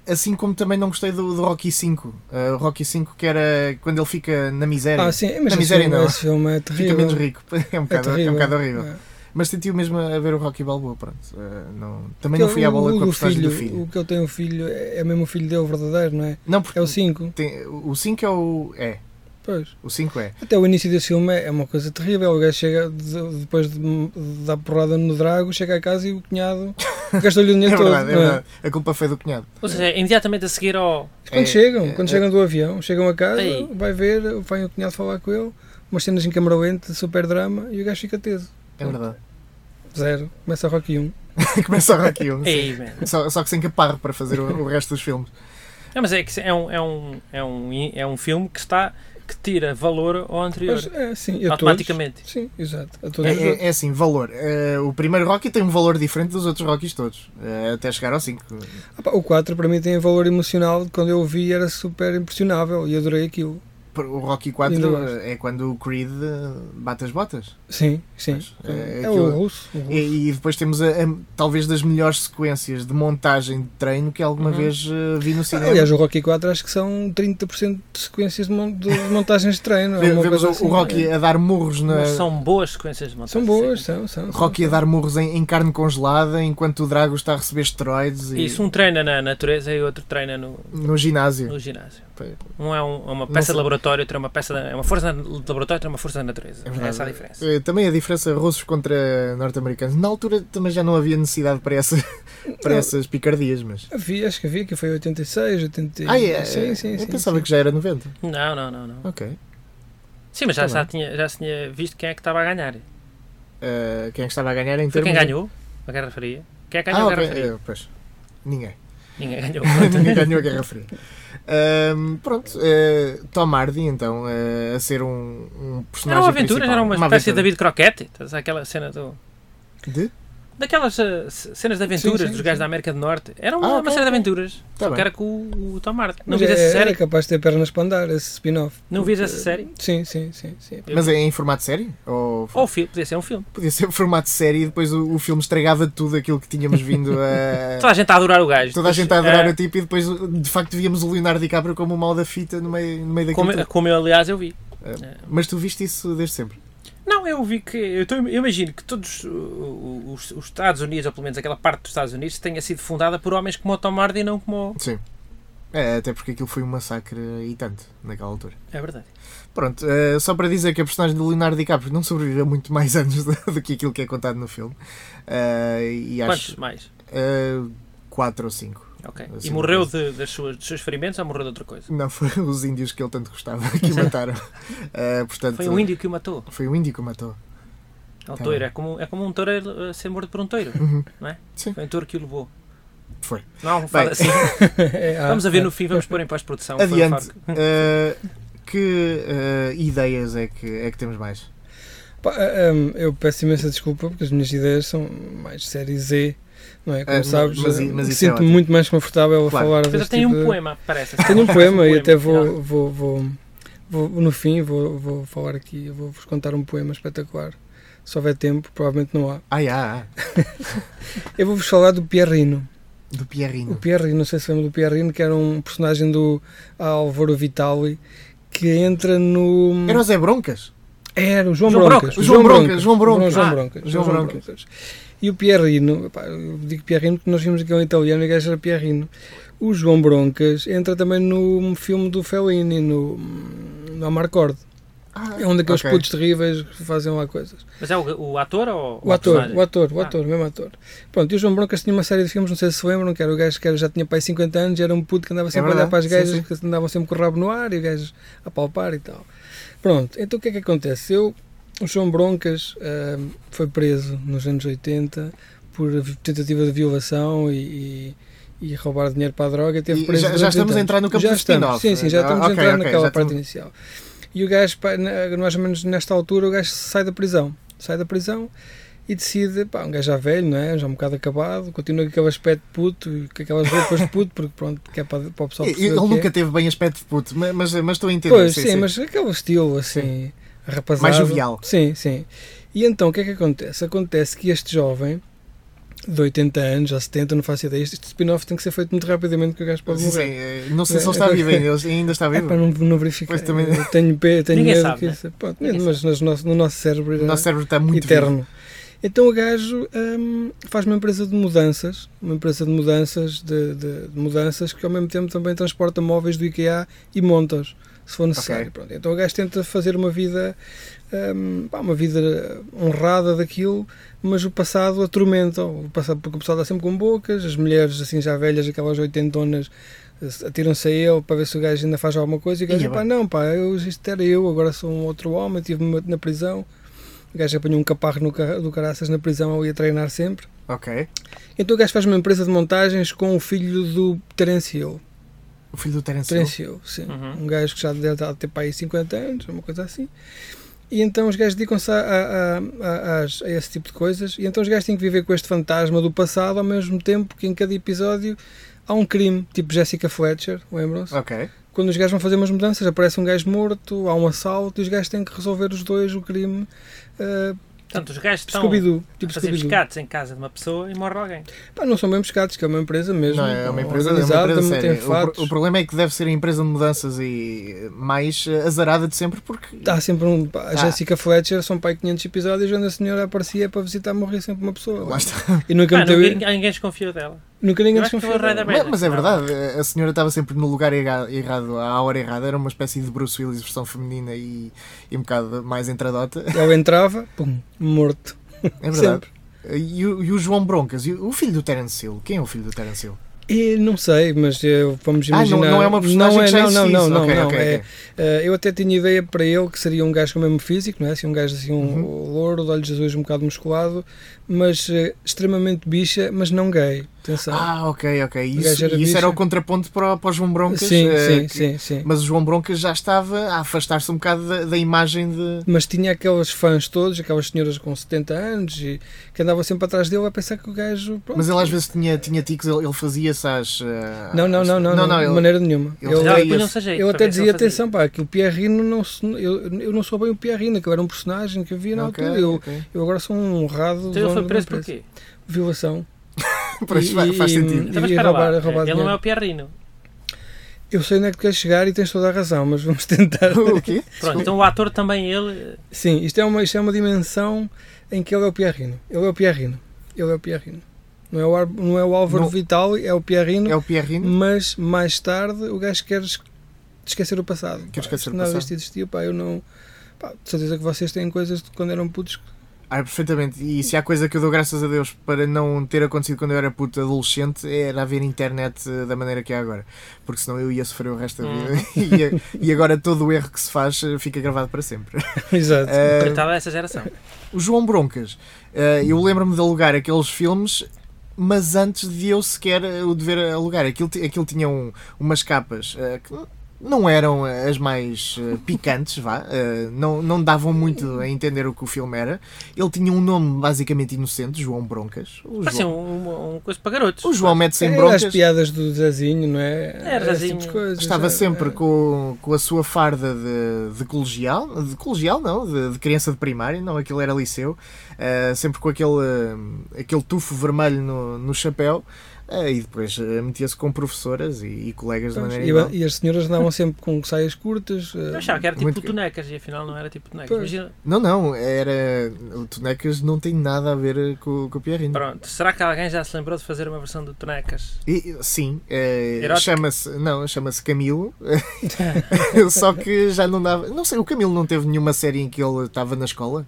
Speaker 3: Assim como também não gostei do, do Rocky 5. o Rocky 5 que era quando ele fica na miséria.
Speaker 5: Ah, sim, mas
Speaker 3: Na
Speaker 5: esse
Speaker 3: miséria
Speaker 5: filme,
Speaker 3: não.
Speaker 5: esse filme é terrível.
Speaker 3: fica menos rico. É um
Speaker 5: É
Speaker 3: bocado, é
Speaker 5: terrível.
Speaker 3: um bocado horrível.
Speaker 5: É.
Speaker 3: Mas senti o mesmo a ver o Rocky Balboa. Pronto. Eh, não, também não fui à bola
Speaker 5: Então, O-
Speaker 3: com a
Speaker 5: o
Speaker 3: personagem
Speaker 5: filho,
Speaker 3: do filho.
Speaker 5: O que ele tem, o filho, é é mesmo o filho dele verdadeiro, não é?
Speaker 3: Não, porque
Speaker 5: É o 5.
Speaker 3: tem- o 5 é o. É.
Speaker 5: Pois.
Speaker 3: O 5 é.
Speaker 5: Até o início desse filme é é uma coisa terrível. O gajo chega, de- depois de, de dar porrada no drago, chega a casa e o cunhado gastou-lhe o
Speaker 3: É
Speaker 5: dinheiro todo.
Speaker 3: verdade, é
Speaker 5: não é?
Speaker 3: verdade. A culpa foi do cunhado.
Speaker 4: Ou seja, é imediatamente a seguir ao.
Speaker 5: Mas Quando
Speaker 3: É,
Speaker 5: chegam,
Speaker 3: é,
Speaker 5: quando
Speaker 3: é.
Speaker 5: chegam do avião, chegam a casa,
Speaker 4: Aí.
Speaker 5: vai ver, vai o cunhado falar com ele, umas cenas em câmara lenta, super drama, e o gajo fica teso.
Speaker 3: É verdade.
Speaker 5: Zero. Começa a Rocky 1.
Speaker 3: Começa o Rocky
Speaker 5: É.
Speaker 3: 1.
Speaker 4: Ei, man.
Speaker 3: Só, só que sem caparro para fazer o, o resto dos filmes.
Speaker 4: Não, mas é que é um, é um, é um, é um filme que está. que tira valor ao anterior.
Speaker 5: Mas, é, sim, e a todos.
Speaker 4: automaticamente.
Speaker 5: Sim, exato. A todos. os outros.
Speaker 3: É, é- é assim, valor. Eh, o primeiro Rocky tem um valor diferente dos outros Rockies todos, eh, até chegar ao 5.
Speaker 5: Ah pá, o 4 para mim tem valor emocional, quando eu o vi era super impressionável e adorei aquilo.
Speaker 3: O Rocky
Speaker 5: Ainda
Speaker 3: 4
Speaker 5: gosto.
Speaker 3: é quando o Creed eh, bate as botas.
Speaker 5: Sim, sim.
Speaker 3: Mas, é,
Speaker 5: é
Speaker 3: aquilo-
Speaker 5: o russo. o russo.
Speaker 3: E, e depois temos a- a- talvez das melhores sequências de montagem de treino que alguma
Speaker 4: Uhum.
Speaker 3: vez eh, vi no cinema.
Speaker 5: Aliás, o Rocky 4 acho que são 30% de sequências de, mon- de montagens de treino. é
Speaker 3: Ve-
Speaker 5: uma
Speaker 3: Vemos
Speaker 5: coisa
Speaker 3: o,
Speaker 5: assim.
Speaker 3: o Rocky é- a dar murros na.
Speaker 4: Mas são boas sequências de montagem.
Speaker 5: é? São boas, são, são. são.
Speaker 3: Rocky a dar murros em, em carne congelada enquanto o Drago está a receber esteroides e-
Speaker 4: Isso, um treina na natureza e outro treina no,
Speaker 3: no ginásio.
Speaker 4: no ginásio.
Speaker 3: Pois.
Speaker 4: Um é um- é uma
Speaker 3: Não
Speaker 4: peça
Speaker 3: sei.
Speaker 4: de laboratório, outra é uma peça da- é uma força de laboratório, outra é uma força da natureza.
Speaker 3: verdade.
Speaker 4: É essa a diferença.
Speaker 3: Eh, Também a diferença russos contra norte-americanos. Na altura também já não havia necessidade para, essa, para
Speaker 5: Não.
Speaker 3: essas picardias, mas.
Speaker 5: Havia, acho que havia, que foi 86, 86.
Speaker 3: Ah, é?
Speaker 5: Sim, sim,
Speaker 3: Eu
Speaker 5: sim.
Speaker 3: pensava
Speaker 5: sim.
Speaker 3: que já era 90.
Speaker 4: Não, não, não, não.
Speaker 3: Ok.
Speaker 4: Sim, mas já,
Speaker 3: Tá
Speaker 4: já,
Speaker 3: bem.
Speaker 4: tinha, já se tinha visto quem é que estava a ganhar.
Speaker 3: Eh, quem é que estava a ganhar em
Speaker 4: Foi
Speaker 3: termos.
Speaker 4: quem
Speaker 3: de-
Speaker 4: ganhou a Guerra Fria. Quem é que
Speaker 3: Ah,
Speaker 4: ganhou a
Speaker 3: ok. é.
Speaker 4: Guerra Fria?
Speaker 3: Eh, pois. Ninguém.
Speaker 4: Ninguém ganhou.
Speaker 3: Ninguém ganhou a Guerra Fria. Ahm, pronto, eh, Tom Hardy então eh, a ser um, um personagem.
Speaker 4: Eram aventuras,
Speaker 3: principal.
Speaker 4: era uma espécie de
Speaker 3: aventura.
Speaker 4: David Croquette. Estás a ver Aquela cena do.
Speaker 3: De?
Speaker 4: daquelas ah, c- cenas de aventuras
Speaker 5: Sim, sim,
Speaker 4: dos gajos
Speaker 5: sim.
Speaker 4: da América do Norte. Era uma,
Speaker 3: Ah,
Speaker 4: uma
Speaker 3: ok,
Speaker 4: série
Speaker 3: ok.
Speaker 4: de aventuras.
Speaker 3: Tá
Speaker 4: só que
Speaker 3: bem.
Speaker 4: era com o, o Tom Martin. Não
Speaker 5: Mas
Speaker 4: vês
Speaker 5: é-
Speaker 4: essa série?
Speaker 5: Era capaz de ter pernas para andar, esse spin-off.
Speaker 4: Não vês
Speaker 3: é.
Speaker 5: Porque-
Speaker 4: essa série?
Speaker 5: Sim, sim, sim. sim.
Speaker 3: Mas é em formato de série? Ou
Speaker 4: Ou o filme, podia ser um filme.
Speaker 3: podia ser formato de série e depois o, o filme estragava tudo aquilo que tínhamos vindo
Speaker 4: Toda
Speaker 3: a.
Speaker 4: a gente a adorar o gajo.
Speaker 3: É. Toda a
Speaker 4: Depois,
Speaker 3: gente a adorar
Speaker 4: ah,
Speaker 3: o tipo e depois de facto víamos o Leonardo DiCaprio como o mal da fita no meio, no meio daquilo.
Speaker 4: como, é-
Speaker 3: tudo.
Speaker 4: como eu, aliás, eu vi.
Speaker 3: Mas tu viste isso desde sempre?
Speaker 4: Não, eu vi que. Eu, tô- eu imagino que todos uh, os, os Estados Unidos, ou pelo menos aquela parte dos Estados Unidos, tenha sido fundada por homens como o Tom Hardy e não como. o-
Speaker 3: Sim. É, até porque aquilo foi um massacre e tanto naquela altura.
Speaker 4: É verdade.
Speaker 3: Pronto, eh, só para dizer que a personagem do Leonardo DiCaprio não sobreviveu muito mais anos do, do que aquilo que é contado no filme. Eh, e
Speaker 4: Quantos
Speaker 3: acho.
Speaker 4: mais?
Speaker 3: 4 ou 5.
Speaker 4: Ok.
Speaker 3: Assim,
Speaker 4: e morreu de, das suas, dos seus ferimentos ou morreu de outra coisa?
Speaker 3: Não foram os índios que ele tanto gostava que o mataram. Eh, portanto,
Speaker 4: Foi um índio que o matou.
Speaker 3: foi o índio que o matou.
Speaker 4: É um
Speaker 3: Tá
Speaker 4: toiro.
Speaker 3: bem.
Speaker 4: É como, é como um touro a ser morto por um toiro.
Speaker 3: Uhum.
Speaker 4: Foi um touro que o levou.
Speaker 3: Foi.
Speaker 4: Não, fala
Speaker 3: Bem.
Speaker 4: assim.
Speaker 5: É, ah,
Speaker 4: Vamos a ver
Speaker 5: ah.
Speaker 4: no fim, vamos pôr em pós-produção. Foi um
Speaker 3: Adiante.
Speaker 4: fardo.
Speaker 3: eh, que eh, ideias é que, é que temos mais?
Speaker 5: Pá, ah, hum, eu peço imensa desculpa porque as minhas ideias são mais série Z, não é? Como
Speaker 3: Ah,
Speaker 5: sabes,
Speaker 3: mas-
Speaker 5: ah,
Speaker 3: mas isso é
Speaker 5: sinto-me
Speaker 3: ótimo.
Speaker 5: muito mais confortável a
Speaker 3: Claro.
Speaker 5: falar
Speaker 4: Pedro
Speaker 5: deste
Speaker 4: tem
Speaker 5: tipo
Speaker 4: um
Speaker 5: de-
Speaker 4: poema, parece.
Speaker 5: Tenho um poema e até
Speaker 4: afinal.
Speaker 5: vou, vou, vou, vou- no fim, vou, vou falar aqui, eu vou-vos contar um poema espetacular. Se houver tempo, provavelmente não há.
Speaker 3: Ah, ah, ah,
Speaker 5: Eu vou-vos falar do Pierrino.
Speaker 3: do
Speaker 5: O
Speaker 3: Pierrino.
Speaker 5: Pierrino, não sei se lembra do Pierrino, que era um personagem do Álvaro Vitali que entra no.
Speaker 3: Era o Zé Broncas?
Speaker 5: Era o João,
Speaker 4: João
Speaker 5: Broncas.
Speaker 3: Broncas, João Broncas, João Broncas.
Speaker 5: João
Speaker 3: Ah,
Speaker 5: Broncas.
Speaker 3: João
Speaker 5: João
Speaker 3: Broncas.
Speaker 5: Broncas. E o Pierrino, epá, eu digo Pierrino porque nós vimos aqui um italiano e o gajo era Pierrino. O João Broncas entra também no filme do Fellini, no, no Amarcord.
Speaker 3: Ah,
Speaker 5: É um daqueles
Speaker 3: ok.
Speaker 5: putos terríveis que fazem lá coisas.
Speaker 4: Mas é o, o ator ou
Speaker 5: O ator,
Speaker 4: personagem?
Speaker 5: o ator, o
Speaker 4: Ah.
Speaker 5: ator, o mesmo ator. Pronto, e o João Broncas tinha uma série de filmes, não sei se se lembram, que era o gajo que era- já tinha pai 50 anos, e era um puto que andava sempre a olhar
Speaker 3: É verdade,
Speaker 5: para as
Speaker 3: sim,
Speaker 5: gajas
Speaker 3: sim.
Speaker 5: que andavam sempre com o rabo no ar e o gajo a palpar e tal. Pronto, então o que é que acontece? Eu, o João Broncas ah, foi preso nos anos 80 por vi- tentativa de violação e, e- e roubar dinheiro para a droga. e Teve
Speaker 3: E
Speaker 5: preso
Speaker 3: já- já
Speaker 5: durante 80
Speaker 3: estamos a
Speaker 5: anos.
Speaker 3: entrar no campo
Speaker 5: já
Speaker 3: do
Speaker 5: estamos,
Speaker 3: spin-off.
Speaker 5: Sim, sim, já
Speaker 3: Ah,
Speaker 5: estamos a
Speaker 3: ok,
Speaker 5: entrar
Speaker 3: ok,
Speaker 5: naquela
Speaker 3: já
Speaker 5: parte
Speaker 3: estamos-
Speaker 5: inicial. E o gajo, pá, na- mais ou menos nesta altura, o gajo sai da prisão. Sai da prisão e decide, pá, um gajo já velho, não é? Já um bocado acabado, continua com aquele aspecto de puto, e com aquelas roupas de puto, porque pronto, que é para, para o pessoal
Speaker 3: Ele
Speaker 5: perceber. o que
Speaker 3: nunca
Speaker 5: é.
Speaker 3: teve bem aspecto de puto, mas, mas, eh, mas estou a entender.
Speaker 5: Pois, sim, mas aquele estilo assim, rapazado.
Speaker 3: Mais jovial.
Speaker 5: Sim, sim. E então o que é que acontece? Acontece que este jovem, de 80 anos, já 70, não faço ideia, este este spin-off tem que ser feito muito rapidamente, que o gajo pode
Speaker 3: Sim,
Speaker 5: morrer.
Speaker 3: sim, eh, não sei se ele está vivo ainda, ele ainda está
Speaker 5: É
Speaker 3: vivo.
Speaker 5: para não, não verificar.
Speaker 3: Pois também-
Speaker 5: Eu tenho, pe- tenho
Speaker 4: Ninguém
Speaker 5: medo
Speaker 4: sabe,
Speaker 5: que
Speaker 4: né?
Speaker 5: isso- pronto,
Speaker 4: Ninguém
Speaker 5: mas nos nosso- no nosso cérebro
Speaker 3: O
Speaker 5: irá
Speaker 3: nosso cérebro está muito vivo.
Speaker 5: eterno. Então o gajo hum, faz uma empresa de mudanças, uma empresa de mudanças, de, de- de mudanças que ao mesmo tempo também transporta móveis do IKEA e monta-os, se for necessário.
Speaker 3: Ok.
Speaker 5: Pronto, Então o gajo tenta fazer uma vida, hum, pá, uma vida honrada daquilo, mas o passado atormenta, o passado, porque o pessoal está sempre com bocas, as mulheres assim já velhas, aquelas oitentonas, eh, atiram-se a ele para ver se o gajo ainda faz alguma coisa e o gajo,
Speaker 3: Ia
Speaker 5: pá,
Speaker 3: bem.
Speaker 5: não, pá, eu, isto era eu, agora sou um outro homem, estive na prisão, o gajo apanhou um caparro no ca- do caraças na prisão, ele ia treinar sempre.
Speaker 3: Ok.
Speaker 5: Então o gajo faz uma empresa de montagens com o filho do Terence Hill.
Speaker 3: O filho do Terence Hill.
Speaker 5: Terence Hill, sim.
Speaker 4: Uhum.
Speaker 5: Um gajo que já deve estar- ter para aí 50 anos, uma coisa assim. E então os gajos dedicam-se a, a- a- a- às- a esse tipo de coisas. E então os gajos têm que viver com este fantasma do passado, ao mesmo tempo que em cada episódio há um crime, tipo Jessica Fletcher, lembram-se?
Speaker 3: Ok.
Speaker 5: Quando os gajos vão fazer umas mudanças, aparece um gajo morto, há um assalto e os gajos têm que resolver os dois o crime. ah,
Speaker 4: Portanto, os gajos
Speaker 3: Então,
Speaker 4: estão
Speaker 5: Scooby-Doo,
Speaker 4: a
Speaker 5: tipo
Speaker 4: fazer
Speaker 5: Scooby-Doo.
Speaker 4: pescados em casa de uma pessoa e morre alguém.
Speaker 5: Pá, não são bem pescados, que é uma empresa mesmo.
Speaker 3: Não, é uma empresa, é uma
Speaker 5: organizada,
Speaker 3: empresa
Speaker 5: tem
Speaker 3: séria. O, pro-
Speaker 5: fatos.
Speaker 3: o problema é que deve ser a empresa de mudanças e eh, mais eh, azarada de sempre, porque.
Speaker 5: Há sempre um. pá, A
Speaker 3: Ah.
Speaker 5: Jessica Fletcher são pai 500 episódios onde a senhora aparecia para visitar morrer sempre uma pessoa.
Speaker 3: Lá está.
Speaker 5: E nunca
Speaker 4: Ah,
Speaker 5: meteu.
Speaker 4: ninguém, ninguém desconfiou dela.
Speaker 5: Nunca
Speaker 4: Eu
Speaker 5: ninguém
Speaker 4: acho que foi o
Speaker 5: desconfiou.
Speaker 4: Rei da
Speaker 3: Mas,
Speaker 4: Merda.
Speaker 3: mas é
Speaker 4: Não.
Speaker 3: verdade, a- a senhora estava sempre no lugar erra- errado, à hora errada, era uma espécie de Bruce Willis versão feminina e, e um bocado mais entradota.
Speaker 5: Ele entrava, pum, morto.
Speaker 3: É verdade. E, o- e o João Broncas, e o filho do Terence Hill? Quem é o filho do Terence Hill?
Speaker 5: E não sei, mas eh, vamos
Speaker 3: Ah, não-
Speaker 5: imaginar.
Speaker 3: não é uma personagem
Speaker 5: não é,
Speaker 3: que já
Speaker 5: não, não,
Speaker 3: existe.
Speaker 5: não, não,
Speaker 3: Ok,
Speaker 5: não,
Speaker 3: ok,
Speaker 5: é,
Speaker 3: ok.
Speaker 5: eh, eu até tinha ideia para ele que seria um gajo com o mesmo físico, não é? Assim, um gajo assim, um
Speaker 3: Uhum.
Speaker 5: louro, de olhos azuis, um bocado musculado, mas eh, extremamente bicha, mas não gay. atenção.
Speaker 3: Ah, ok, ok.
Speaker 5: O gajo
Speaker 3: Isso,
Speaker 5: era
Speaker 3: e isso
Speaker 5: bicho.
Speaker 3: era o contraponto para, para o João Broncas.
Speaker 5: sim,
Speaker 3: eh,
Speaker 5: sim,
Speaker 3: que-
Speaker 5: sim, sim.
Speaker 3: Mas o João Broncas já estava a afastar-se um bocado da, da imagem de.
Speaker 5: Mas tinha aquelas fãs todas, aquelas senhoras com 70 anos e que andavam sempre atrás dele a pensar que o gajo. pronto.
Speaker 3: Mas ele às vezes tinha, tinha tiques, ele, ele fazia-se às. eh,
Speaker 5: Não, não,
Speaker 3: às-
Speaker 5: não, não, não, de
Speaker 3: ele-
Speaker 5: maneira nenhuma.
Speaker 3: ele
Speaker 5: Ele-
Speaker 3: já-
Speaker 4: Já
Speaker 3: é
Speaker 4: lhe punham
Speaker 3: esse.
Speaker 4: a jeito,
Speaker 5: Eu
Speaker 4: para
Speaker 5: até
Speaker 4: ver se
Speaker 5: dizia,
Speaker 4: ele fazia.
Speaker 5: atenção, pá, que o Pierrino não se, eu, eu não sou bem o Pierrino, que era um personagem que havia na
Speaker 3: Ok,
Speaker 5: altura. Eu,
Speaker 3: ok.
Speaker 5: eu agora sou um honrado.
Speaker 4: Então ele
Speaker 5: dono
Speaker 4: foi
Speaker 5: de
Speaker 4: preso
Speaker 5: uma empresa.
Speaker 4: porquê?
Speaker 5: Violação.
Speaker 3: Pois, faz, faz
Speaker 5: e-
Speaker 3: sentido.
Speaker 4: Então, mas
Speaker 5: E
Speaker 4: espera
Speaker 5: roubar-
Speaker 4: lá,
Speaker 5: roubar
Speaker 4: ele não é
Speaker 5: dinheiro.
Speaker 4: o Pierrino.
Speaker 5: Eu sei onde é que tu queres chegar e tens toda a razão, mas vamos tentar.
Speaker 3: O quê?
Speaker 4: Pronto, então o ator também, ele...
Speaker 5: Sim, isto é, uma, isto é uma dimensão em que ele é o Pierrino. Ele é o Pierrino. Ele é o Pierrino. Não é o, Ar- não é o Álvaro
Speaker 3: Não.
Speaker 5: Vital, é o Pierrino,
Speaker 3: É o Pierrino?
Speaker 5: mas mais tarde o gajo quer es- esquecer o passado. Pá,
Speaker 3: esquecer
Speaker 5: isto
Speaker 3: o
Speaker 5: Nada
Speaker 3: passado.
Speaker 5: disto existiu, pá, eu não... Pá, de certeza que vocês têm coisas de quando eram putos. que-
Speaker 3: Ah, perfeitamente. E se há coisa que eu dou graças a Deus para não ter acontecido quando eu era puto adolescente, era haver internet eh, da maneira que é agora. Porque senão eu ia sofrer o resto da vida. E a- e, agora todo o erro que se faz eh, fica gravado para sempre.
Speaker 5: Exato.
Speaker 3: Eh,
Speaker 4: Tratava essa geração.
Speaker 3: o João Broncas, eh, eu lembro-me de alugar aqueles filmes, mas antes de eu sequer eh, o dever alugar. Aquilo, ti- aquilo tinha um- umas capas eh, que não eram as mais eh, picantes, vá, eh, não, não davam muito a entender o que o filme era. Ele tinha um nome basicamente inocente, João Broncas. O
Speaker 4: Parecia
Speaker 3: João,
Speaker 4: um, um, um coisa para garotos.
Speaker 3: o João mete-se em
Speaker 5: Era É, as
Speaker 3: broncas.
Speaker 5: piadas do Zezinho, não é?
Speaker 4: Era
Speaker 5: Esse
Speaker 4: Zezinho.
Speaker 5: tipo de coisas,
Speaker 3: Estava
Speaker 5: é,
Speaker 3: sempre
Speaker 5: é.
Speaker 3: com, com a sua farda de, de colegial, de colegial não, de, de criança de primário, não, aquilo era liceu, ah, sempre com aquele, ah, aquele tufo vermelho no, no chapéu, ah, e depois ah, metia-se com professoras e, e colegas de
Speaker 5: Pois,
Speaker 3: maneira né? igual.
Speaker 5: É. E, e as senhoras andavam sempre com saias curtas. eh,
Speaker 4: Eu achava que era tipo
Speaker 3: Muito-
Speaker 4: tonecas e afinal não era tipo tonecas.
Speaker 5: Pois.
Speaker 4: Imagina,
Speaker 3: Não, não, era. O Tonecas não tem nada a ver eh, com, com o Pierrinho.
Speaker 4: pronto, será que alguém já se lembrou de fazer uma versão do tonecas?
Speaker 3: E, sim, eh,
Speaker 4: Erótico.
Speaker 3: chama-se não chama-se Camilo, só que já não dava. Não sei, o Camilo não teve nenhuma série em que ele estava na escola.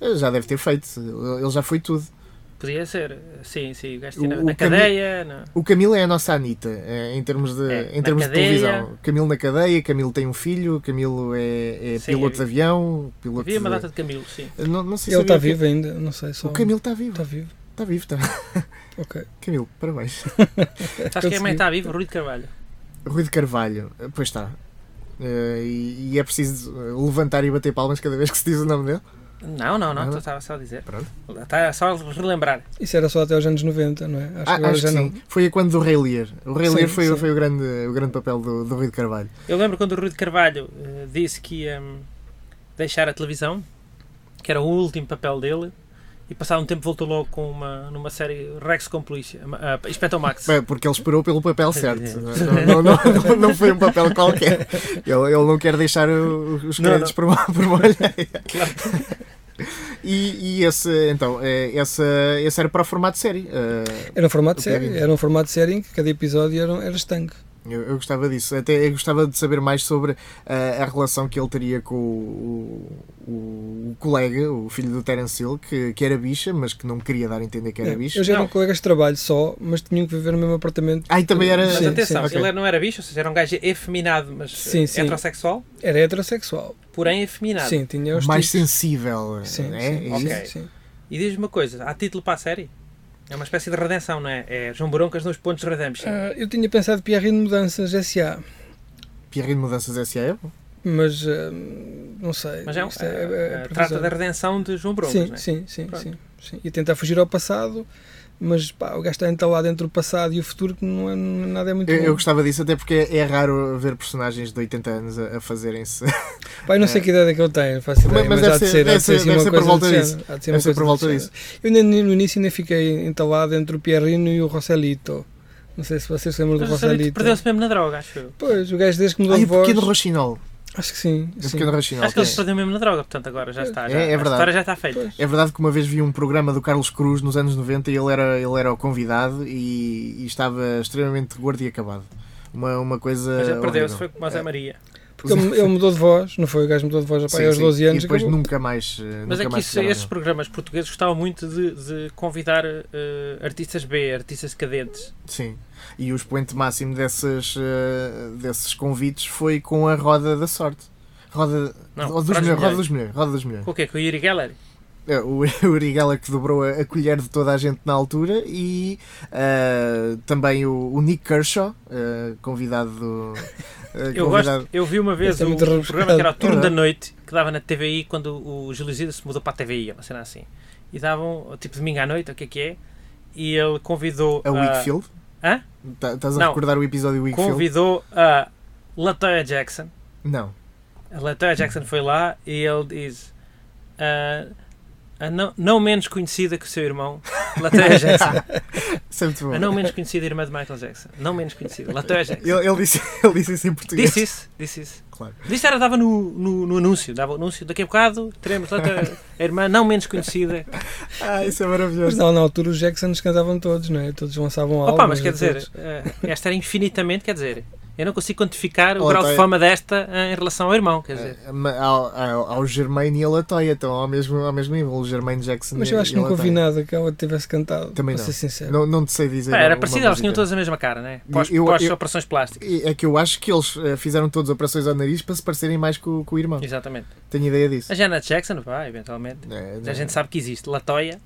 Speaker 3: Eh, Já deve ter feito, ele já foi tudo.
Speaker 4: Podia ser, sim, sim, o gajo tinha
Speaker 3: O-
Speaker 4: na,
Speaker 3: o
Speaker 4: na
Speaker 3: Camilo-
Speaker 4: cadeia. na-
Speaker 3: O Camilo é a nossa Anitta, eh, em termos de,
Speaker 4: É,
Speaker 3: em
Speaker 4: na
Speaker 3: termos de
Speaker 4: cadeia.
Speaker 3: televisão. Camilo na cadeia, Camilo tem um filho, Camilo é, é
Speaker 4: Sim,
Speaker 3: piloto de
Speaker 4: havia-
Speaker 3: avião, piloto
Speaker 4: Havia uma
Speaker 3: de-
Speaker 4: data de Camilo, sim.
Speaker 3: Não, não sei se
Speaker 5: Ele está
Speaker 3: havia-
Speaker 5: vivo ainda, não sei. Só...
Speaker 3: O Camilo está vivo,
Speaker 5: Está vivo,
Speaker 3: está vivo, está.
Speaker 5: ok.
Speaker 3: Camilo, parabéns.
Speaker 4: Sabes quem é que está vivo? Rui de Carvalho.
Speaker 3: Rui de Carvalho, eh, pois está. Eh, e, e é preciso eh, levantar e bater palmas cada vez que se diz o nome dele.
Speaker 4: Não, não, não,
Speaker 3: Nada.
Speaker 4: estava só a dizer.
Speaker 3: Pronto.
Speaker 4: Estava só a relembrar.
Speaker 5: Isso era só até aos anos 90, não é? Acho que
Speaker 3: Ah,
Speaker 5: agora
Speaker 3: acho
Speaker 5: já
Speaker 3: que
Speaker 5: não.
Speaker 3: sim. Foi quando do Rei Lear. O Rei
Speaker 5: Sim,
Speaker 3: Lear foi,
Speaker 5: sim.
Speaker 3: foi o, grande, o grande papel do, do Rui de Carvalho.
Speaker 4: Eu lembro quando o Rui de Carvalho eh, disse que ia hum, deixar a televisão, que era o último papel dele, e passado um tempo voltou logo com uma, numa série Rex com Polícia, uh, Inspector Max.
Speaker 3: Bem, Porque ele esperou pelo papel certo.
Speaker 4: Sim.
Speaker 3: Não, não, não- não foi um papel qualquer. Ele, ele não quer deixar o- os
Speaker 4: Não,
Speaker 3: créditos
Speaker 4: não.
Speaker 3: por uma, por uma olheira.
Speaker 4: Claro.
Speaker 3: E, e esse, então, eh, essa, esse era para o formato de série. Eh,
Speaker 5: Era um formato de
Speaker 3: Ok.
Speaker 5: série, era um formato de série em que cada episódio era, era estanque.
Speaker 3: Eu, eu gostava disso. Até eu gostava de saber mais sobre ah, a relação que ele teria com o, o- o colega, o filho do Terence Hill, que, que era bicha, mas que não queria dar a entender que era bicha.
Speaker 5: É, Eu já eram
Speaker 4: Não.
Speaker 5: colegas de trabalho só, mas tinham que viver no mesmo apartamento.
Speaker 3: Ah, e também era.
Speaker 4: Mas
Speaker 5: Sim,
Speaker 4: atenção,
Speaker 5: sim,
Speaker 3: ok.
Speaker 4: ele não era bicho, ou seja, era um gajo efeminado, mas eh,
Speaker 5: Sim, sim.
Speaker 4: heterossexual,
Speaker 5: Era heterossexual.
Speaker 4: porém efeminado.
Speaker 5: Sim, tinha os
Speaker 3: mais
Speaker 5: tipos.
Speaker 3: sensível.
Speaker 5: Sim,
Speaker 3: é? É
Speaker 5: sim, sim,
Speaker 3: isso?
Speaker 4: Ok.
Speaker 5: sim.
Speaker 4: E diz-me uma coisa, há título para a série? É uma espécie de redenção, não é? É João Broncas nos pontos de redemption.
Speaker 5: Ah, eu tinha pensado Pierrine Mudanças S.A.,
Speaker 3: Pierre de Mudanças S.A.
Speaker 5: mas ah, não sei.
Speaker 4: Mas é um,
Speaker 5: isto é- é- é
Speaker 4: eh, trata
Speaker 5: provisório.
Speaker 4: da redenção de João Broncas,
Speaker 5: sim,
Speaker 4: não é?
Speaker 5: sim, sim,
Speaker 4: Pronto.
Speaker 5: sim, sim. E tentar fugir ao passado, mas pá, o gajo está entalado entre o passado e o futuro que não é nada é muito
Speaker 3: Eu, eu
Speaker 5: bom.
Speaker 3: gostava disso, até porque é raro ver personagens de 80 anos a, a fazerem-se.
Speaker 5: Pá, eu não sei que idade é que eu tenho, não faço
Speaker 3: Mas- mas
Speaker 5: ideia, mas,
Speaker 3: deve
Speaker 5: há de
Speaker 3: ser-
Speaker 5: ser, há
Speaker 3: deve
Speaker 5: de ser,
Speaker 3: ser-
Speaker 5: assim,
Speaker 3: deve
Speaker 5: uma
Speaker 3: ser por
Speaker 5: coisa
Speaker 3: volta
Speaker 5: do género.
Speaker 3: disso.
Speaker 5: Há de ser
Speaker 3: Deve
Speaker 5: uma
Speaker 3: ser
Speaker 5: coisa
Speaker 3: por volta
Speaker 5: do
Speaker 3: disso.
Speaker 5: Eu ainda no início ainda fiquei entalado entre o Pierrino e o Roselito. Não sei se vocês se lembram do
Speaker 4: Mas o Sarito
Speaker 5: Roselito.
Speaker 4: perdeu-se mesmo na droga, acho eu.
Speaker 5: Pois, o gajo desde que mudou
Speaker 3: Ah, e
Speaker 5: de
Speaker 3: o pequeno
Speaker 5: voz.
Speaker 3: Rochinol.
Speaker 5: Acho que sim.
Speaker 3: O
Speaker 5: sim.
Speaker 3: pequeno é. Rochinol.
Speaker 4: Acho que ele
Speaker 3: sim.
Speaker 4: se perdeu mesmo na droga, portanto agora já está.
Speaker 3: É,
Speaker 4: Já,
Speaker 3: é
Speaker 4: A
Speaker 3: verdade.
Speaker 4: história já está feita.
Speaker 5: Pois.
Speaker 3: É verdade que uma vez vi um programa do Carlos Cruz nos anos 90 e ele era, ele era o convidado e, e estava extremamente gordo e acabado. Uma, uma coisa.
Speaker 4: Mas ele perdeu-se,
Speaker 3: É, horrível.
Speaker 4: foi como o Zé Maria.
Speaker 5: Porque ele, ele mudou de voz, não foi? O gajo mudou de voz apá,
Speaker 3: Sim,
Speaker 5: aos
Speaker 3: sim.
Speaker 5: 12 anos.
Speaker 3: E depois
Speaker 5: acabou.
Speaker 3: nunca mais. eh,
Speaker 4: Mas
Speaker 3: nunca
Speaker 4: é que
Speaker 3: mais
Speaker 4: isso-
Speaker 3: chegaram
Speaker 4: esses
Speaker 3: lá.
Speaker 4: programas portugueses gostavam muito de, de convidar eh, artistas B, artistas cadentes.
Speaker 3: Sim. E o expoente máximo desses, eh, desses convites foi com a Roda da Sorte. Roda,
Speaker 4: Não,
Speaker 3: roda dos
Speaker 4: Para os
Speaker 3: Milhões, Roda
Speaker 4: Milhões.
Speaker 3: dos Milhões, Roda dos Milhões.
Speaker 4: Com o quê? Com o Yuri Geller?
Speaker 3: eh, o o Uri Geller que dobrou a, a colher de toda a gente na altura e eh, também o, o Nick Kershaw, eh, convidado do. eh,
Speaker 4: Eu,
Speaker 3: convidado-
Speaker 4: gosto, eu vi uma vez
Speaker 5: Esse é
Speaker 4: o,
Speaker 5: muito
Speaker 4: o programa que era o Turno da
Speaker 3: rebuscado. É.
Speaker 4: Noite, que dava na TVI quando o Gil Lusíada se mudou para a TVI, uma cena assim. E davam, tipo, domingo à noite, o que é que é, e ele convidou...
Speaker 3: A
Speaker 4: ah,
Speaker 3: Wakefield?
Speaker 4: hã?
Speaker 3: Tá- Estás a
Speaker 4: Não.
Speaker 3: recordar o episódio Wakefield?
Speaker 4: convidou a Latoya Jackson.
Speaker 3: Não.
Speaker 4: A Latoya Jackson foi lá e ele diz... ah, a não, não menos conhecida que o seu irmão, Latoya Jackson.
Speaker 3: Isso é muito bom.
Speaker 4: A Ah, não menos conhecida irmã de Michael Jackson. Não menos conhecida, Latoya Jackson.
Speaker 3: Ele, ele disse, ele disse isso em português.
Speaker 4: Disse isso, disse isso.
Speaker 3: Claro.
Speaker 4: Isto era, dava no, no, no anúncio, dava o anúncio. Daqui a bocado teremos outra irmã não menos conhecida.
Speaker 3: Ah, isso é
Speaker 5: Mas
Speaker 3: maravilhoso.
Speaker 5: não, na altura os Jacksons cantavam todos, não é? Todos lançavam
Speaker 3: Oh,
Speaker 5: álbuns.
Speaker 4: Opa, mas quer
Speaker 5: e
Speaker 4: dizer,
Speaker 5: todos.
Speaker 4: eh, esta era infinitamente, quer dizer, eu não consigo quantificar o
Speaker 3: Oh,
Speaker 4: grau
Speaker 3: então
Speaker 4: de
Speaker 3: é-
Speaker 4: fama desta eh, em relação ao irmão, quer dizer.
Speaker 3: Eh, ma- Ao, ao, ao Germain e a Latoya estão ao mesmo, ao mesmo nível. O Germain Jackson
Speaker 5: Mas
Speaker 3: e-
Speaker 5: eu acho
Speaker 3: e
Speaker 5: que
Speaker 3: a
Speaker 5: nunca ouvi
Speaker 3: Latoya.
Speaker 5: nada que ela tivesse cantado.
Speaker 3: Também
Speaker 5: para
Speaker 3: não.
Speaker 5: ser sincero.
Speaker 3: Não, não te sei dizer.
Speaker 4: Pá, Ah, era
Speaker 3: uma
Speaker 4: parecido, elas
Speaker 3: música.
Speaker 4: tinham todas a mesma cara, né? Pós,
Speaker 3: Eu-
Speaker 4: pós
Speaker 3: eu-
Speaker 4: operações plásticas.
Speaker 3: E É que eu acho que eles eh, fizeram todas operações ao nariz para se parecerem mais com, com o irmão.
Speaker 4: Exatamente.
Speaker 3: Tenho ideia disso.
Speaker 4: A Janet Jackson, vai, eventualmente.
Speaker 3: É,
Speaker 4: A
Speaker 3: não-
Speaker 4: gente sabe que existe. Latoya.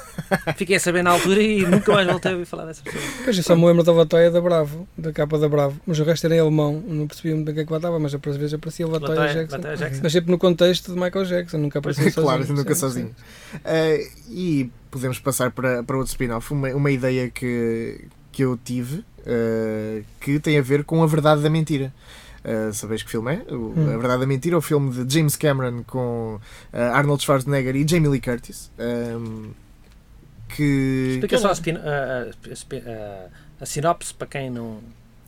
Speaker 4: Fiquei a saber na altura e nunca mais voltei a ouvir falar dessa pessoa.
Speaker 5: Pois eu só me lembro da Latoya da Bravo, da capa da Bravo, mas o resto era em alemão, não percebia muito bem o que é que lá estava, mas às vezes aparecia Latoya,
Speaker 4: Latoya-
Speaker 5: Jackson.
Speaker 4: Latoya Jackson.
Speaker 5: Mas sempre no contexto de Michael Jackson, nunca aparecia é sozinho.
Speaker 3: é? claro, nunca
Speaker 5: Sim,
Speaker 3: sozinho.
Speaker 5: sim.
Speaker 3: Eh, e podemos passar para, para outro spin-off. Uma, uma ideia que, que eu tive eh, que tem a ver com A Verdade da Mentira. Eh, sabeis que filme é? O-
Speaker 5: Hum.
Speaker 3: A Verdade da Mentira, o filme de James Cameron com eh, Arnold Schwarzenegger e Jamie Lee Curtis. ehm, que
Speaker 4: Explica só a, spin- a- a- a spin- a- a sinopse para quem não.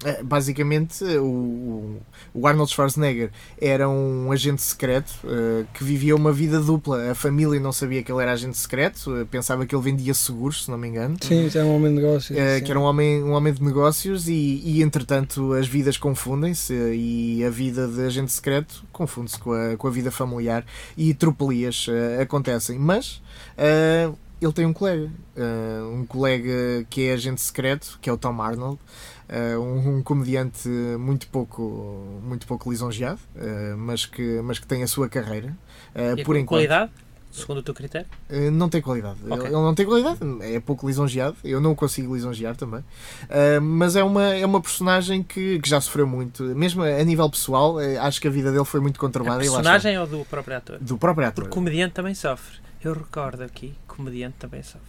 Speaker 3: Eh, Basicamente, eh, o, o Arnold Schwarzenegger era um agente secreto eh, que vivia uma vida dupla. A família não sabia que ele era agente secreto, eh, pensava que ele vendia seguros, se não me engano.
Speaker 5: Sim, já é um homem de negócio.
Speaker 3: Eh,
Speaker 5: sim.
Speaker 3: que era um homem, um homem de negócios e, e, entretanto as vidas confundem-se eh, e a vida de agente secreto confunde-se com a, com a vida familiar e tropelias eh, acontecem. Mas eh, ele tem um colega, eh, um colega que é agente secreto, que é o Tom Arnold, eh, um, um comediante muito pouco, muito pouco lisonjeado, eh, mas, que, mas que tem a sua carreira. eh,
Speaker 4: E
Speaker 3: por
Speaker 4: com
Speaker 3: enquanto.
Speaker 4: qualidade, segundo o teu critério.
Speaker 3: Uh, Não tem qualidade.
Speaker 4: Ok.
Speaker 3: Ele ele não tem qualidade, é pouco lisonjeado. Eu não o consigo lisonjear também. Uh, mas é uma, é uma personagem que, que já sofreu muito. Mesmo a a nível pessoal, eh, acho que a vida dele foi muito
Speaker 4: A
Speaker 3: conturbada. e lá está.
Speaker 4: é personagem ou do próprio ator?
Speaker 3: Do próprio ator.
Speaker 4: Porque comediante também sofre. Eu recordo aqui, comediante também sofre.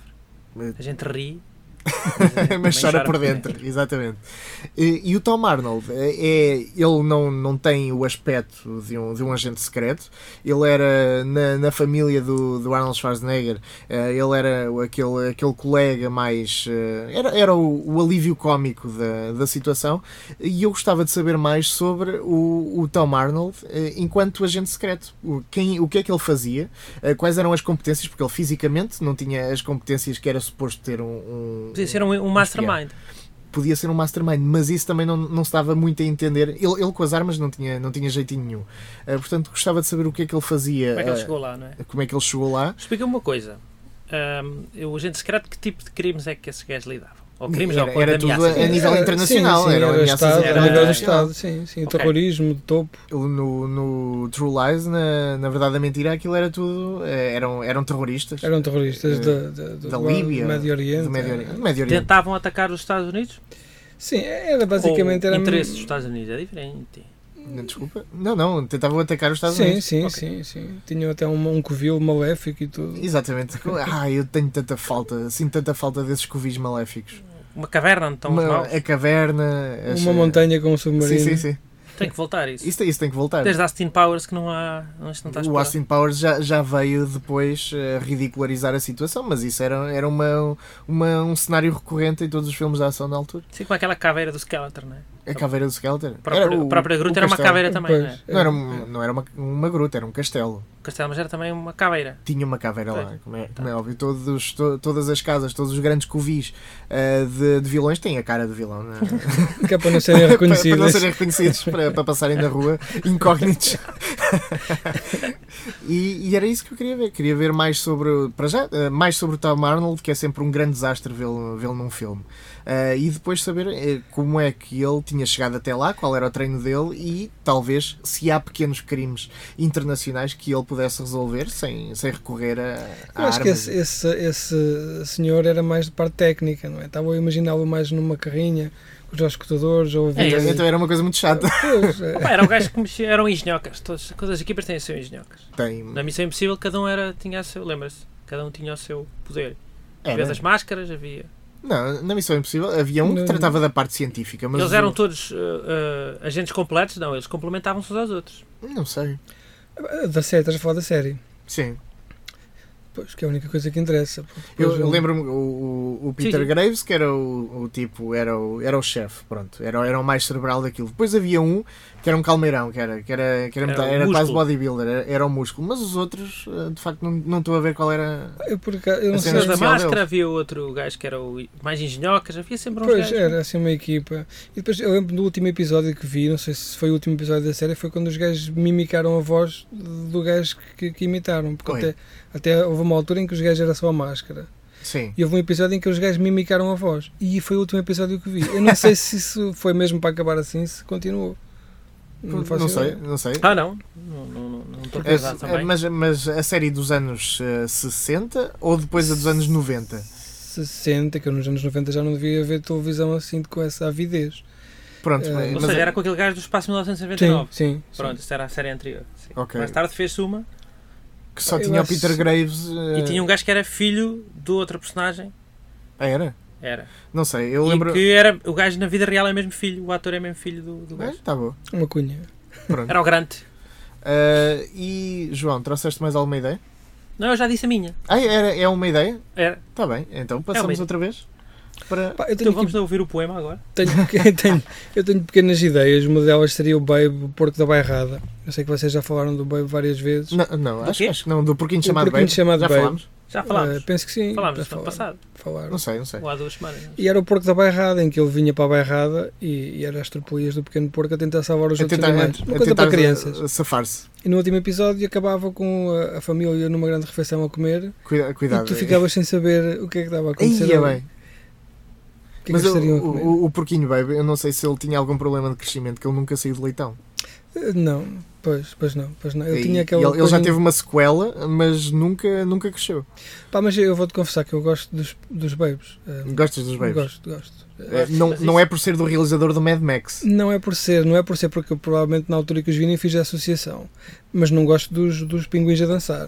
Speaker 3: Mas-
Speaker 4: A gente ri.
Speaker 3: mas chora por
Speaker 4: também. é.
Speaker 3: dentro, exatamente. E, e o Tom Arnold, eh, é, ele não, não tem o aspecto de um, de um agente secreto. Ele era, na, na família do, do Arnold Schwarzenegger, eh, ele era o- aquele, aquele colega mais. eh, Era, era o, o alívio cómico da, da situação. E eu gostava de saber mais sobre o, o Tom Arnold eh, enquanto agente secreto. O, quem, o que é que ele fazia, eh, quais eram as competências, porque ele fisicamente não tinha as competências que era suposto ter um. um
Speaker 4: Podia ser um, um mastermind.
Speaker 3: podia ser um mastermind, mas isso também não, não estava muito a entender. Ele, ele com as armas não tinha, não tinha jeitinho nenhum. Eh, portanto, gostava de saber o que é que ele fazia.
Speaker 4: Como é que ele
Speaker 3: eh,
Speaker 4: chegou lá, não é?
Speaker 3: como é que ele chegou lá.
Speaker 4: Explica-me uma coisa. Ahm, o agente secreto, que tipo de crimes é que esses gajos lidavam? Ou crimes
Speaker 3: Era-
Speaker 4: não, quando
Speaker 3: era tudo
Speaker 4: ameaças.
Speaker 3: um- a nível
Speaker 5: Era-
Speaker 3: internacional,
Speaker 5: sim, sim,
Speaker 3: eram
Speaker 5: era, o
Speaker 3: ameaças
Speaker 5: Estado, era, a nível do
Speaker 3: internacional.
Speaker 5: Estado, sim, sim. O
Speaker 4: Ok.
Speaker 5: terrorismo, de topo.
Speaker 3: No, no True Lies, na, na verdade, a mentira, aquilo era tudo. eh, eram, eram terroristas.
Speaker 5: Eram terroristas
Speaker 3: Eh,
Speaker 5: da, da, do,
Speaker 3: da
Speaker 5: do
Speaker 3: Líbia,
Speaker 5: Médio Oriente.
Speaker 3: do
Speaker 4: é.
Speaker 3: Médio Oriente. Do Médio Oriente.
Speaker 4: Tentavam atacar os Estados Unidos?
Speaker 5: Sim, era basicamente.
Speaker 4: Ou o
Speaker 5: Era
Speaker 4: interesse
Speaker 3: um-
Speaker 4: dos Estados Unidos é diferente.
Speaker 3: Desculpa. Não, não, tentavam atacar os Estados
Speaker 5: sim,
Speaker 3: Unidos.
Speaker 5: Sim,
Speaker 3: Ok.
Speaker 5: sim, sim. Tinham até um, um covil maléfico e tudo.
Speaker 3: Exatamente. Ah, eu tenho tanta falta, sinto tanta falta desses covis maléficos.
Speaker 4: Uma caverna onde estão os
Speaker 3: Uma,
Speaker 4: maus.
Speaker 3: a caverna. essa-
Speaker 5: Uma montanha com um
Speaker 3: é- Sim,
Speaker 5: submarino.
Speaker 3: sim, sim.
Speaker 4: Tem que voltar a isso.
Speaker 3: Isso, isso tem que voltar.
Speaker 4: Desde Austin Powers que não há. Não, isto não está
Speaker 3: o
Speaker 4: a explorar.
Speaker 3: Austin Powers já, já veio depois eh, ridicularizar a situação, mas isso era, era uma, uma- um cenário recorrente em todos os filmes de ação na altura.
Speaker 4: Sim, como aquela caveira do Skeletor, não é?
Speaker 3: A caveira do Skeletor.
Speaker 4: A própria,
Speaker 3: Era
Speaker 4: a própria gruta era uma
Speaker 3: castelo.
Speaker 4: caveira também, não é?
Speaker 5: Pois,
Speaker 3: Não era, um- não era uma, uma gruta, era um castelo.
Speaker 4: O castelo, mas era também uma caveira.
Speaker 3: Tinha uma caveira lá,
Speaker 4: Pois.
Speaker 3: como é, como é óbvio. Todos, to- todas as casas, todos os grandes covis eh, de, de vilões têm a cara de vilão, não é?
Speaker 5: Que é para não serem
Speaker 3: para, para não
Speaker 5: reconhecidas.
Speaker 3: serem reconhecidos, para, para passarem na rua incógnitos. E, e era isso que eu queria ver. Queria ver mais sobre, para já, eh, mais sobre o Tom Arnold, que é sempre um grande desastre vê-lo vê num filme. Eh, e depois saber eh, como é que ele tinha chegado até lá, qual era o treino dele e talvez se há pequenos crimes internacionais que ele pudesse resolver sem, sem recorrer a, a
Speaker 5: Eu acho que
Speaker 3: armas.
Speaker 5: esse, esse, esse senhor era mais de parte técnica, não é? Estava a imaginá-lo mais numa carrinha, com os escutadores, ou a ouvir.
Speaker 4: É, esse-
Speaker 3: Então era uma coisa muito chata.
Speaker 5: Pois, é.
Speaker 4: Opa, era um gajo que mexia, eram engenhocas. Todas, todas as equipas têm o seu engenhocas.
Speaker 3: Tem.
Speaker 4: Na Missão Impossível, cada um era, tinha o seu. Lembra-se? Cada um tinha o seu poder.
Speaker 3: era.
Speaker 4: Havia as máscaras, havia.
Speaker 3: Não, na Missão Impossível havia um que
Speaker 5: Não.
Speaker 3: tratava da parte científica, mas.
Speaker 4: eles
Speaker 3: o-
Speaker 4: eram todos eh, eh, agentes completos? Não, eles complementavam-se uns aos outros.
Speaker 3: Não sei.
Speaker 5: é, Da série, estás a falar da série.
Speaker 3: Sim.
Speaker 5: Pois, que é a única coisa que interessa. porque
Speaker 3: Eu,
Speaker 5: depois
Speaker 3: eu
Speaker 5: o-
Speaker 3: lembro-me o- o, o Peter
Speaker 4: Sim, sim.
Speaker 3: Graves, que era o, o tipo, era o, era o chefe, pronto, era, o- era o mais cerebral daquilo. Depois havia um que era um calmeirão, que era, que era, que era,
Speaker 4: Era
Speaker 3: metade-
Speaker 4: o
Speaker 3: era quase
Speaker 4: músculo.
Speaker 3: bodybuilder, era, era o músculo, mas os outros, eh, de facto, não- não estou a ver qual era.
Speaker 5: Eu, por acaso- eu não
Speaker 3: A
Speaker 5: sei.
Speaker 3: cena
Speaker 4: Depois da
Speaker 3: especial
Speaker 4: máscara,
Speaker 3: deles.
Speaker 4: havia outro gajo que era o mais engenhocas, havia sempre uns
Speaker 5: Pois,
Speaker 4: gajos.
Speaker 3: né?
Speaker 5: era assim uma equipa. E depois eu lembro do último episódio que vi, não sei se foi o último episódio da série, foi quando os gajos mimicaram a voz do gajo que, que imitaram. Porque
Speaker 3: Oi.
Speaker 5: até, até houve uma altura em que os gajos era só a máscara.
Speaker 3: Sim.
Speaker 5: E houve um episódio em que os gajos mimicaram a voz. E foi o último episódio que vi. Eu não sei se isso foi mesmo para acabar assim, se continuou.
Speaker 3: Não,
Speaker 5: faço
Speaker 3: sei,
Speaker 5: ideia.
Speaker 3: não sei.
Speaker 4: Ah, não. Não estou não, não, não estou a
Speaker 3: É,
Speaker 4: pensar
Speaker 3: é,
Speaker 4: também.
Speaker 3: mas, mas a série dos anos eh, 60 ou depois a dos anos 90?
Speaker 5: 60, que eu nos anos 90 já não devia ver televisão assim com essa avidez.
Speaker 3: Pronto,
Speaker 5: Eh,
Speaker 3: mas-
Speaker 4: Ou
Speaker 3: mas- é-
Speaker 4: seja, era com aquele gajo do espaço 1999.
Speaker 5: Sim, sim. sim.
Speaker 4: Pronto, isso era a série anterior. sim.
Speaker 3: Ok.
Speaker 4: Mais tarde fez-se uma
Speaker 3: que só
Speaker 5: eu
Speaker 3: tinha o
Speaker 5: acho-
Speaker 3: Peter Graves. eh,
Speaker 4: e tinha um gajo que era filho do outra personagem.
Speaker 3: Ah, era?
Speaker 4: Era.
Speaker 3: Não sei, eu
Speaker 4: E
Speaker 3: lembro.
Speaker 4: que era, o gajo na vida real é mesmo filho, o ator é mesmo filho do, do
Speaker 3: Ah,
Speaker 4: gajo.
Speaker 3: tá bom.
Speaker 5: Uma cunha.
Speaker 3: Pronto.
Speaker 4: Era o grande.
Speaker 3: Eh, e João, trouxeste mais alguma ideia?
Speaker 4: Não, eu já disse a minha.
Speaker 3: Ah, era, é uma ideia?
Speaker 4: Era.
Speaker 3: Está bem,
Speaker 5: É
Speaker 3: então passamos
Speaker 4: mesmo.
Speaker 3: outra vez para.
Speaker 5: Pá, eu tenho
Speaker 4: Então
Speaker 5: aqui
Speaker 4: vamos ouvir o poema agora.
Speaker 5: Tenho, eu tenho- eu tenho pequenas ideias. Uma delas seria o Babe, o porco da bairrada. Eu sei que vocês já falaram do Babe várias vezes.
Speaker 3: Não, não
Speaker 4: Do
Speaker 3: acho,
Speaker 4: quê?
Speaker 3: acho que não, do porquinho
Speaker 5: Do
Speaker 3: chamado
Speaker 5: porquinho
Speaker 3: Babe.
Speaker 5: chamado
Speaker 3: Já
Speaker 5: Babe.
Speaker 3: falámos?
Speaker 4: Já
Speaker 5: Eh,
Speaker 4: falámos.
Speaker 5: penso que sim.
Speaker 4: falámos no
Speaker 5: já
Speaker 4: ano passado.
Speaker 5: falaram.
Speaker 3: Não sei, não sei.
Speaker 4: Ou há duas semanas.
Speaker 5: E era o porco da bairrada, em que ele vinha para a bairrada e, e era as tropelias do pequeno porco a tentar salvar os
Speaker 3: A
Speaker 5: outros
Speaker 3: É tentar-
Speaker 5: animais. Uma
Speaker 3: a
Speaker 5: coisa
Speaker 3: tentar,
Speaker 5: para crianças.
Speaker 3: uh, Safar-se.
Speaker 5: E no último episódio acabava com eh, a, a família numa grande refeição a comer
Speaker 3: Cuida- Cuidado. é
Speaker 5: e tu ficavas sem saber o que é que estava a acontecer.
Speaker 3: Ia
Speaker 5: ali.
Speaker 3: bem.
Speaker 5: O que é
Speaker 3: Mas o,
Speaker 5: que estariam a comer.
Speaker 3: o, o porquinho Babe, eu não sei se ele tinha algum problema de crescimento, que ele nunca saiu de leitão.
Speaker 5: Eh, Não, pois, pois não, pois não. Eu
Speaker 3: E-
Speaker 5: tinha aquela
Speaker 3: e ele, ele já
Speaker 5: coisa-
Speaker 3: teve uma sequela, mas nunca, nunca cresceu.
Speaker 5: Pá, mas eu vou-te confessar que eu gosto dos, dos babes. Eh,
Speaker 3: Gostas dos Babes?
Speaker 5: Gosto, gosto.
Speaker 3: Eh, Não,
Speaker 4: Mas
Speaker 3: não
Speaker 4: isso-
Speaker 3: é por ser do realizador do Mad Max.
Speaker 5: Não é por ser, não é por ser porque eu, provavelmente na altura que os vi nem fiz a associação. Mas não gosto dos, dos pinguins a dançar.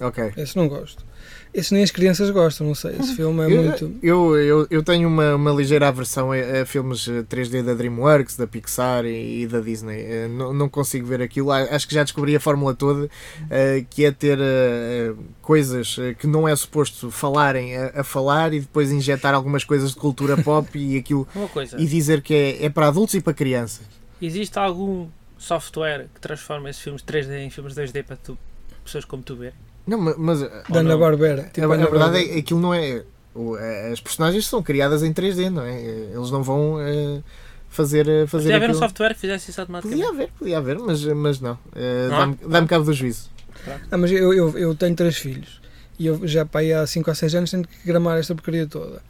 Speaker 3: Ok.
Speaker 5: Esse não gosto. Esse nem as crianças gostam, não sei. Esse filme é
Speaker 3: Eu-
Speaker 5: muito.
Speaker 3: Eu, eu, eu tenho uma, uma ligeira aversão a, a filmes eh, 3D da DreamWorks, da Pixar e, e da Disney. Eh, Não, não consigo ver aquilo. A- Acho que já descobri a fórmula toda, eh, que é ter eh, eh, coisas eh, que não é suposto falarem eh, a, a falar e depois injetar algumas coisas de cultura pop e aquilo
Speaker 4: Uma coisa.
Speaker 3: e dizer que é, é para adultos e para crianças.
Speaker 4: Existe algum software que transforma esses filmes 3D em filmes 2D para tu, pessoas como tu ver?
Speaker 3: Não, ma- mas eh,
Speaker 4: Ou
Speaker 5: Da
Speaker 4: não? Tipo,
Speaker 5: Ana Barbera.
Speaker 3: a- a, verdade é que aquilo não é. o- eh, As personagens são criadas em 3D, não é? Eh, Eles não vão eh, fazer, eh, fazer
Speaker 4: Podia haver um
Speaker 3: aquilo-
Speaker 4: software que fizesse isso automaticamente.
Speaker 3: Podia haver, podia haver, mas, mas não. Eh,
Speaker 4: Não?
Speaker 3: Dá-me dá-me cabo do juízo. é-
Speaker 5: Ah, mas eu, eu, eu tenho três filhos. E eu já pá, aí há 5 ou 6 anos tenho que gramar esta porcaria toda.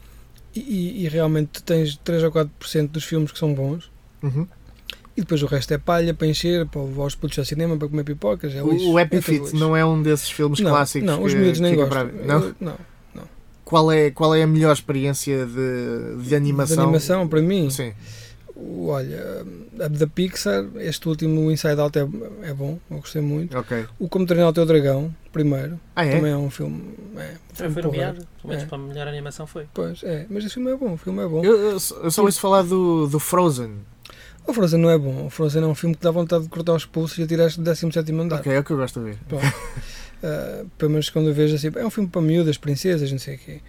Speaker 5: E, e- e realmente tu tens 3 ou 4% dos filmes que são bons.
Speaker 3: Uhum.
Speaker 5: E depois o resto é palha para encher, para levar os putos ao cinema, para comer pipocas. É lixo,
Speaker 3: o
Speaker 5: é
Speaker 3: Happy
Speaker 5: tudo
Speaker 3: Feet
Speaker 5: lixo.
Speaker 3: não é um desses filmes
Speaker 5: não,
Speaker 3: clássicos
Speaker 5: Não,
Speaker 3: que
Speaker 5: os miúdos nem
Speaker 3: fica
Speaker 5: gostam.
Speaker 3: para- Não?
Speaker 5: Eu- não.
Speaker 3: Qual, é, qual é a melhor experiência de, de animação?
Speaker 5: De animação, para mim,
Speaker 3: Sim.
Speaker 5: o- olha, a da Pixar, este último o Inside Out é, é bom, eu gostei muito.
Speaker 3: Ok.
Speaker 5: O Como Treinar o Teu Dragão, primeiro,
Speaker 3: Ah, é?
Speaker 5: também é um filme. É,
Speaker 4: Também foi
Speaker 5: porra.
Speaker 4: nomeado. Pelo menos
Speaker 5: É.
Speaker 4: para a melhor animação foi.
Speaker 5: Pois, é, mas esse filme é bom, o filme é bom.
Speaker 3: Eu, eu só- eu só ouço falar do, do Frozen.
Speaker 5: O Frozen não é bom, o Frozen é um filme que dá vontade de cortar os pulsos e atirar-se do 17 andar.
Speaker 3: Ok, é o que eu gosto de ver.
Speaker 5: Ah, pelo menos quando eu vejo assim, é um filme para miúdas, princesas, não sei o quê.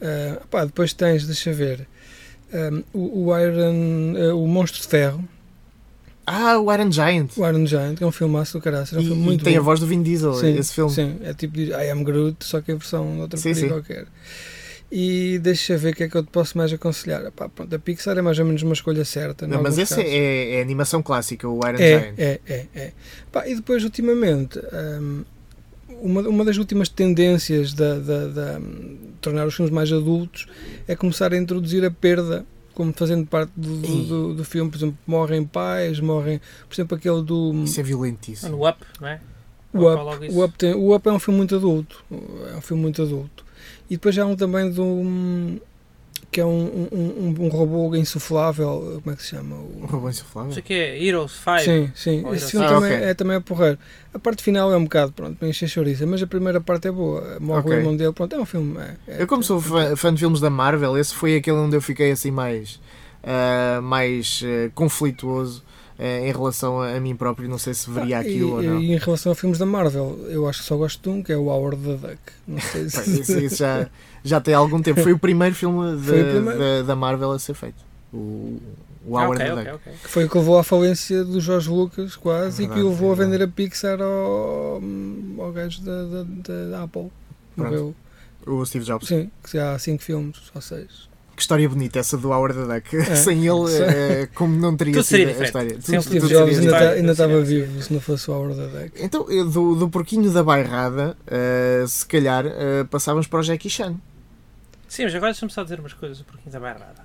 Speaker 5: Ah, pá, depois tens, deixa eu ver, ah, o, o Iron, ah, o Monstro de Ferro,
Speaker 3: Ah, o Iron Giant.
Speaker 5: o Iron Giant, que é um filmaço do caraças, é um
Speaker 3: E,
Speaker 5: filme
Speaker 3: e
Speaker 5: muito
Speaker 3: tem
Speaker 5: bom.
Speaker 3: a voz do Vin Diesel,
Speaker 5: Sim,
Speaker 3: esse filme.
Speaker 5: Sim, é tipo de I Am Groot, só que a versão de outra
Speaker 3: Sim,
Speaker 5: sim,
Speaker 3: sim.
Speaker 5: qualquer. E deixa ver o que é que eu te posso mais aconselhar. Epá, pronto, a Pixar é mais ou menos uma escolha certa.
Speaker 3: Não,
Speaker 5: em
Speaker 3: mas
Speaker 5: alguns
Speaker 3: esse
Speaker 5: casos.
Speaker 3: é, é animação clássica, o Iron
Speaker 5: É,
Speaker 3: Giant.
Speaker 5: é, é, é. Pá, e depois, ultimamente, hum, uma, uma das últimas tendências da- da- da, hum, tornar os filmes mais adultos é começar a introduzir a perda como fazendo parte do, do, do- do filme. Por exemplo, morrem pais, morrem. Por exemplo, aquele do. hum,
Speaker 3: Isso é violentíssimo.
Speaker 4: No Up, não é?
Speaker 5: o
Speaker 4: Fala logo
Speaker 5: Up,
Speaker 4: isso.
Speaker 5: o, Up tem- o Up é um filme muito adulto. É um filme muito adulto. E depois há um também de um. que é um, um, um, um robô insuflável. Como é que se chama?
Speaker 3: O
Speaker 5: O-
Speaker 3: Um Robô
Speaker 4: Não
Speaker 3: Insuflável.
Speaker 4: sei o que é, Heroes 5.
Speaker 5: Sim, sim.
Speaker 4: Ou
Speaker 5: Esse
Speaker 4: já
Speaker 3: sei. Ah,
Speaker 5: filme também
Speaker 3: ok.
Speaker 5: é também é porreiro. A parte final é um bocado, pronto, bem encher chouriça, mas a primeira parte é boa. Morre
Speaker 3: Ok.
Speaker 5: o irmão dele, pronto, é um filme. é- é-
Speaker 3: Eu como sou fã, fã de filmes da Marvel, esse foi aquele onde eu fiquei assim mais, ah, mais ah, conflituoso ah, em relação a, a mim próprio. Não sei se veria
Speaker 5: Ah, e-
Speaker 3: aquilo ou
Speaker 5: e,
Speaker 3: não.
Speaker 5: e em relação a filmes da Marvel, eu acho que só gosto de um, que é o Howard the Duck. Não sei
Speaker 3: Pá,
Speaker 5: se.
Speaker 3: Isso, isso já, já tem algum tempo. Foi o primeiro filme da,
Speaker 5: Foi o primeiro.
Speaker 3: da, da Marvel a ser feito. O, o
Speaker 4: Ah,
Speaker 3: Howard
Speaker 4: ok,
Speaker 3: the
Speaker 4: ok,
Speaker 3: Duck.
Speaker 4: ok.
Speaker 5: que foi o que levou à falência do Jorge Lucas, quase,
Speaker 3: É
Speaker 5: e que
Speaker 3: verdade,
Speaker 5: o levou
Speaker 3: é
Speaker 5: a vender a Pixar ao, ao gajo da, da, da- da Apple. Morreu.
Speaker 3: O Steve Jobs.
Speaker 5: Sim, que há cinco filmes, só seis.
Speaker 3: Que história bonita essa do Howard the Duck.
Speaker 5: É.
Speaker 3: Sem ele,
Speaker 5: Sim.
Speaker 3: eh, como não teria
Speaker 4: Tudo
Speaker 3: sido
Speaker 4: seria
Speaker 3: a
Speaker 4: diferente.
Speaker 3: história.
Speaker 4: Sem
Speaker 5: O
Speaker 4: o
Speaker 3: Tudo-
Speaker 5: Steve
Speaker 3: tudo
Speaker 5: Jobs
Speaker 3: seria
Speaker 5: ainda,
Speaker 3: diferente.
Speaker 5: tá- ainda estava
Speaker 4: Sim, sim.
Speaker 5: vivo, se não fosse o Howard the Duck.
Speaker 3: Então, eh, do, do porquinho da bairrada, eh, se calhar eh, passávamos para o Jackie Chan.
Speaker 4: Sim, mas agora deixa-me só dizer umas coisas do Porquinho da Bairrada.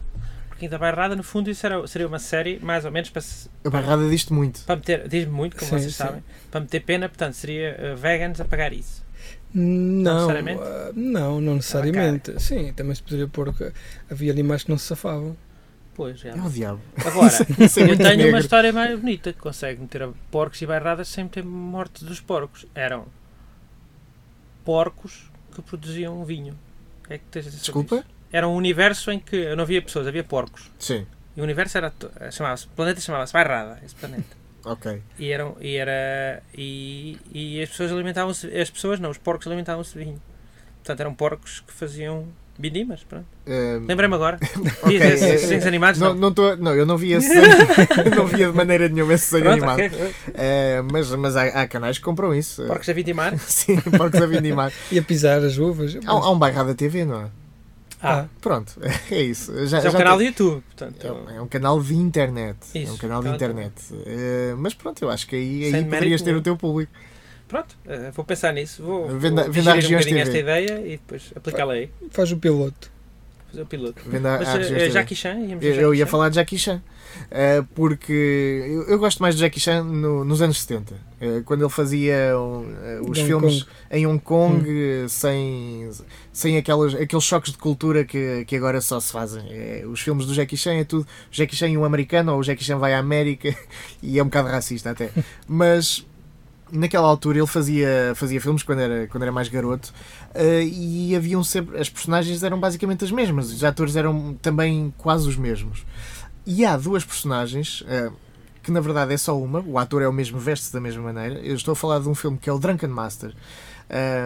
Speaker 4: Porquinho da Bairrada, no fundo, isso era, seria uma série, mais ou menos, para, se-
Speaker 3: A bairrada diz-te muito.
Speaker 4: para meter, diz-me muito, como
Speaker 5: Sim,
Speaker 4: vocês
Speaker 5: sim.
Speaker 4: sabem, para meter pena, portanto, seria eh, vegans a pagar isso.
Speaker 5: Não,
Speaker 4: necessariamente?
Speaker 5: ah, não, não necessariamente. Sim, também se poderia pôr que havia animais que não se safavam.
Speaker 4: Pois, já.
Speaker 3: É o diabo.
Speaker 4: Agora,
Speaker 3: Isso é
Speaker 4: eu
Speaker 3: muito
Speaker 4: tenho
Speaker 3: negro.
Speaker 4: uma história mais bonita, que consegue meter a porcos e bairradas sem meter morte dos porcos. Eram porcos que produziam vinho. O que é que tens a dizer sobre
Speaker 3: Desculpa?
Speaker 4: isso? Era um universo em que não havia pessoas, havia porcos.
Speaker 3: Sim,
Speaker 4: E o universo era. to- Chamava-se, o planeta chamava-se Bairrada, esse planeta.
Speaker 3: ok.
Speaker 4: E, eram, e, era, e, e as pessoas alimentavam-se. As pessoas não, os porcos alimentavam-se de vinho. Portanto, eram porcos que faziam binimas. Pronto.
Speaker 3: Eh,
Speaker 4: Lembrei-me agora.
Speaker 3: ok,
Speaker 4: Diz esses
Speaker 3: eh,
Speaker 4: desenhos animados.
Speaker 3: Não,
Speaker 4: Não,
Speaker 3: não, tô- não, eu não via esse desenho. não via de maneira nenhuma esse desenho
Speaker 4: Pronto,
Speaker 3: animado.
Speaker 4: ok.
Speaker 3: Eh, mas mas há, há canais que compram isso.
Speaker 4: Porcos a vinimar.
Speaker 3: Sim, porcos a vindimar.
Speaker 5: E a pisar as uvas.
Speaker 3: Há, há um bairrada TV, não é?
Speaker 4: Ah,
Speaker 3: Pronto, é isso. Já,
Speaker 4: mas é um
Speaker 3: já
Speaker 4: canal
Speaker 3: tem-
Speaker 4: de YouTube. Portanto,
Speaker 3: É um- É um canal de internet. é um
Speaker 4: Isso,
Speaker 3: canal de
Speaker 4: canal de
Speaker 3: internet. Eh, mas pronto, eu acho que aí, aí
Speaker 4: Sem
Speaker 3: poderias
Speaker 4: mérito
Speaker 3: ter
Speaker 4: nenhum.
Speaker 3: o teu público.
Speaker 4: Pronto, eh, vou pensar nisso. Vou, vou
Speaker 3: Venda- venda
Speaker 4: digerir
Speaker 3: a regiões
Speaker 4: um bocadinho
Speaker 3: TV.
Speaker 4: esta ideia e depois aplicá-la aí.
Speaker 5: Faz o piloto.
Speaker 4: Fazer o piloto.
Speaker 3: Vendo a-
Speaker 4: Mas
Speaker 3: a
Speaker 4: eh,
Speaker 3: regiões
Speaker 4: eh,
Speaker 3: TV.
Speaker 4: Jackie Chan, íamos a
Speaker 3: eu,
Speaker 4: Jackie
Speaker 3: eu ia
Speaker 4: Chan.
Speaker 3: falar de Jackie Chan. eh, porque eu, eu gosto mais de Jackie Chan no- nos anos 70, eh, quando ele fazia um, eh, os
Speaker 5: De Hong
Speaker 3: filmes
Speaker 5: Kong.
Speaker 3: em Hong Kong eh, sem, sem aquelas, aqueles choques de cultura que, que agora só se fazem. Eh, os filmes do Jackie Chan é tudo o Jackie Chan e um americano, ou o Jackie Chan vai à América e é um bocado racista até. Mas naquela altura ele fazia, fazia filmes quando era, quando era mais garoto eh, e haviam sempre. As personagens eram basicamente as mesmas, os atores eram também quase os mesmos. E há duas personagens. eh, que na verdade é só uma, o ator é o mesmo, veste-se da mesma maneira. Eu estou a falar de um filme que é o Drunken Master,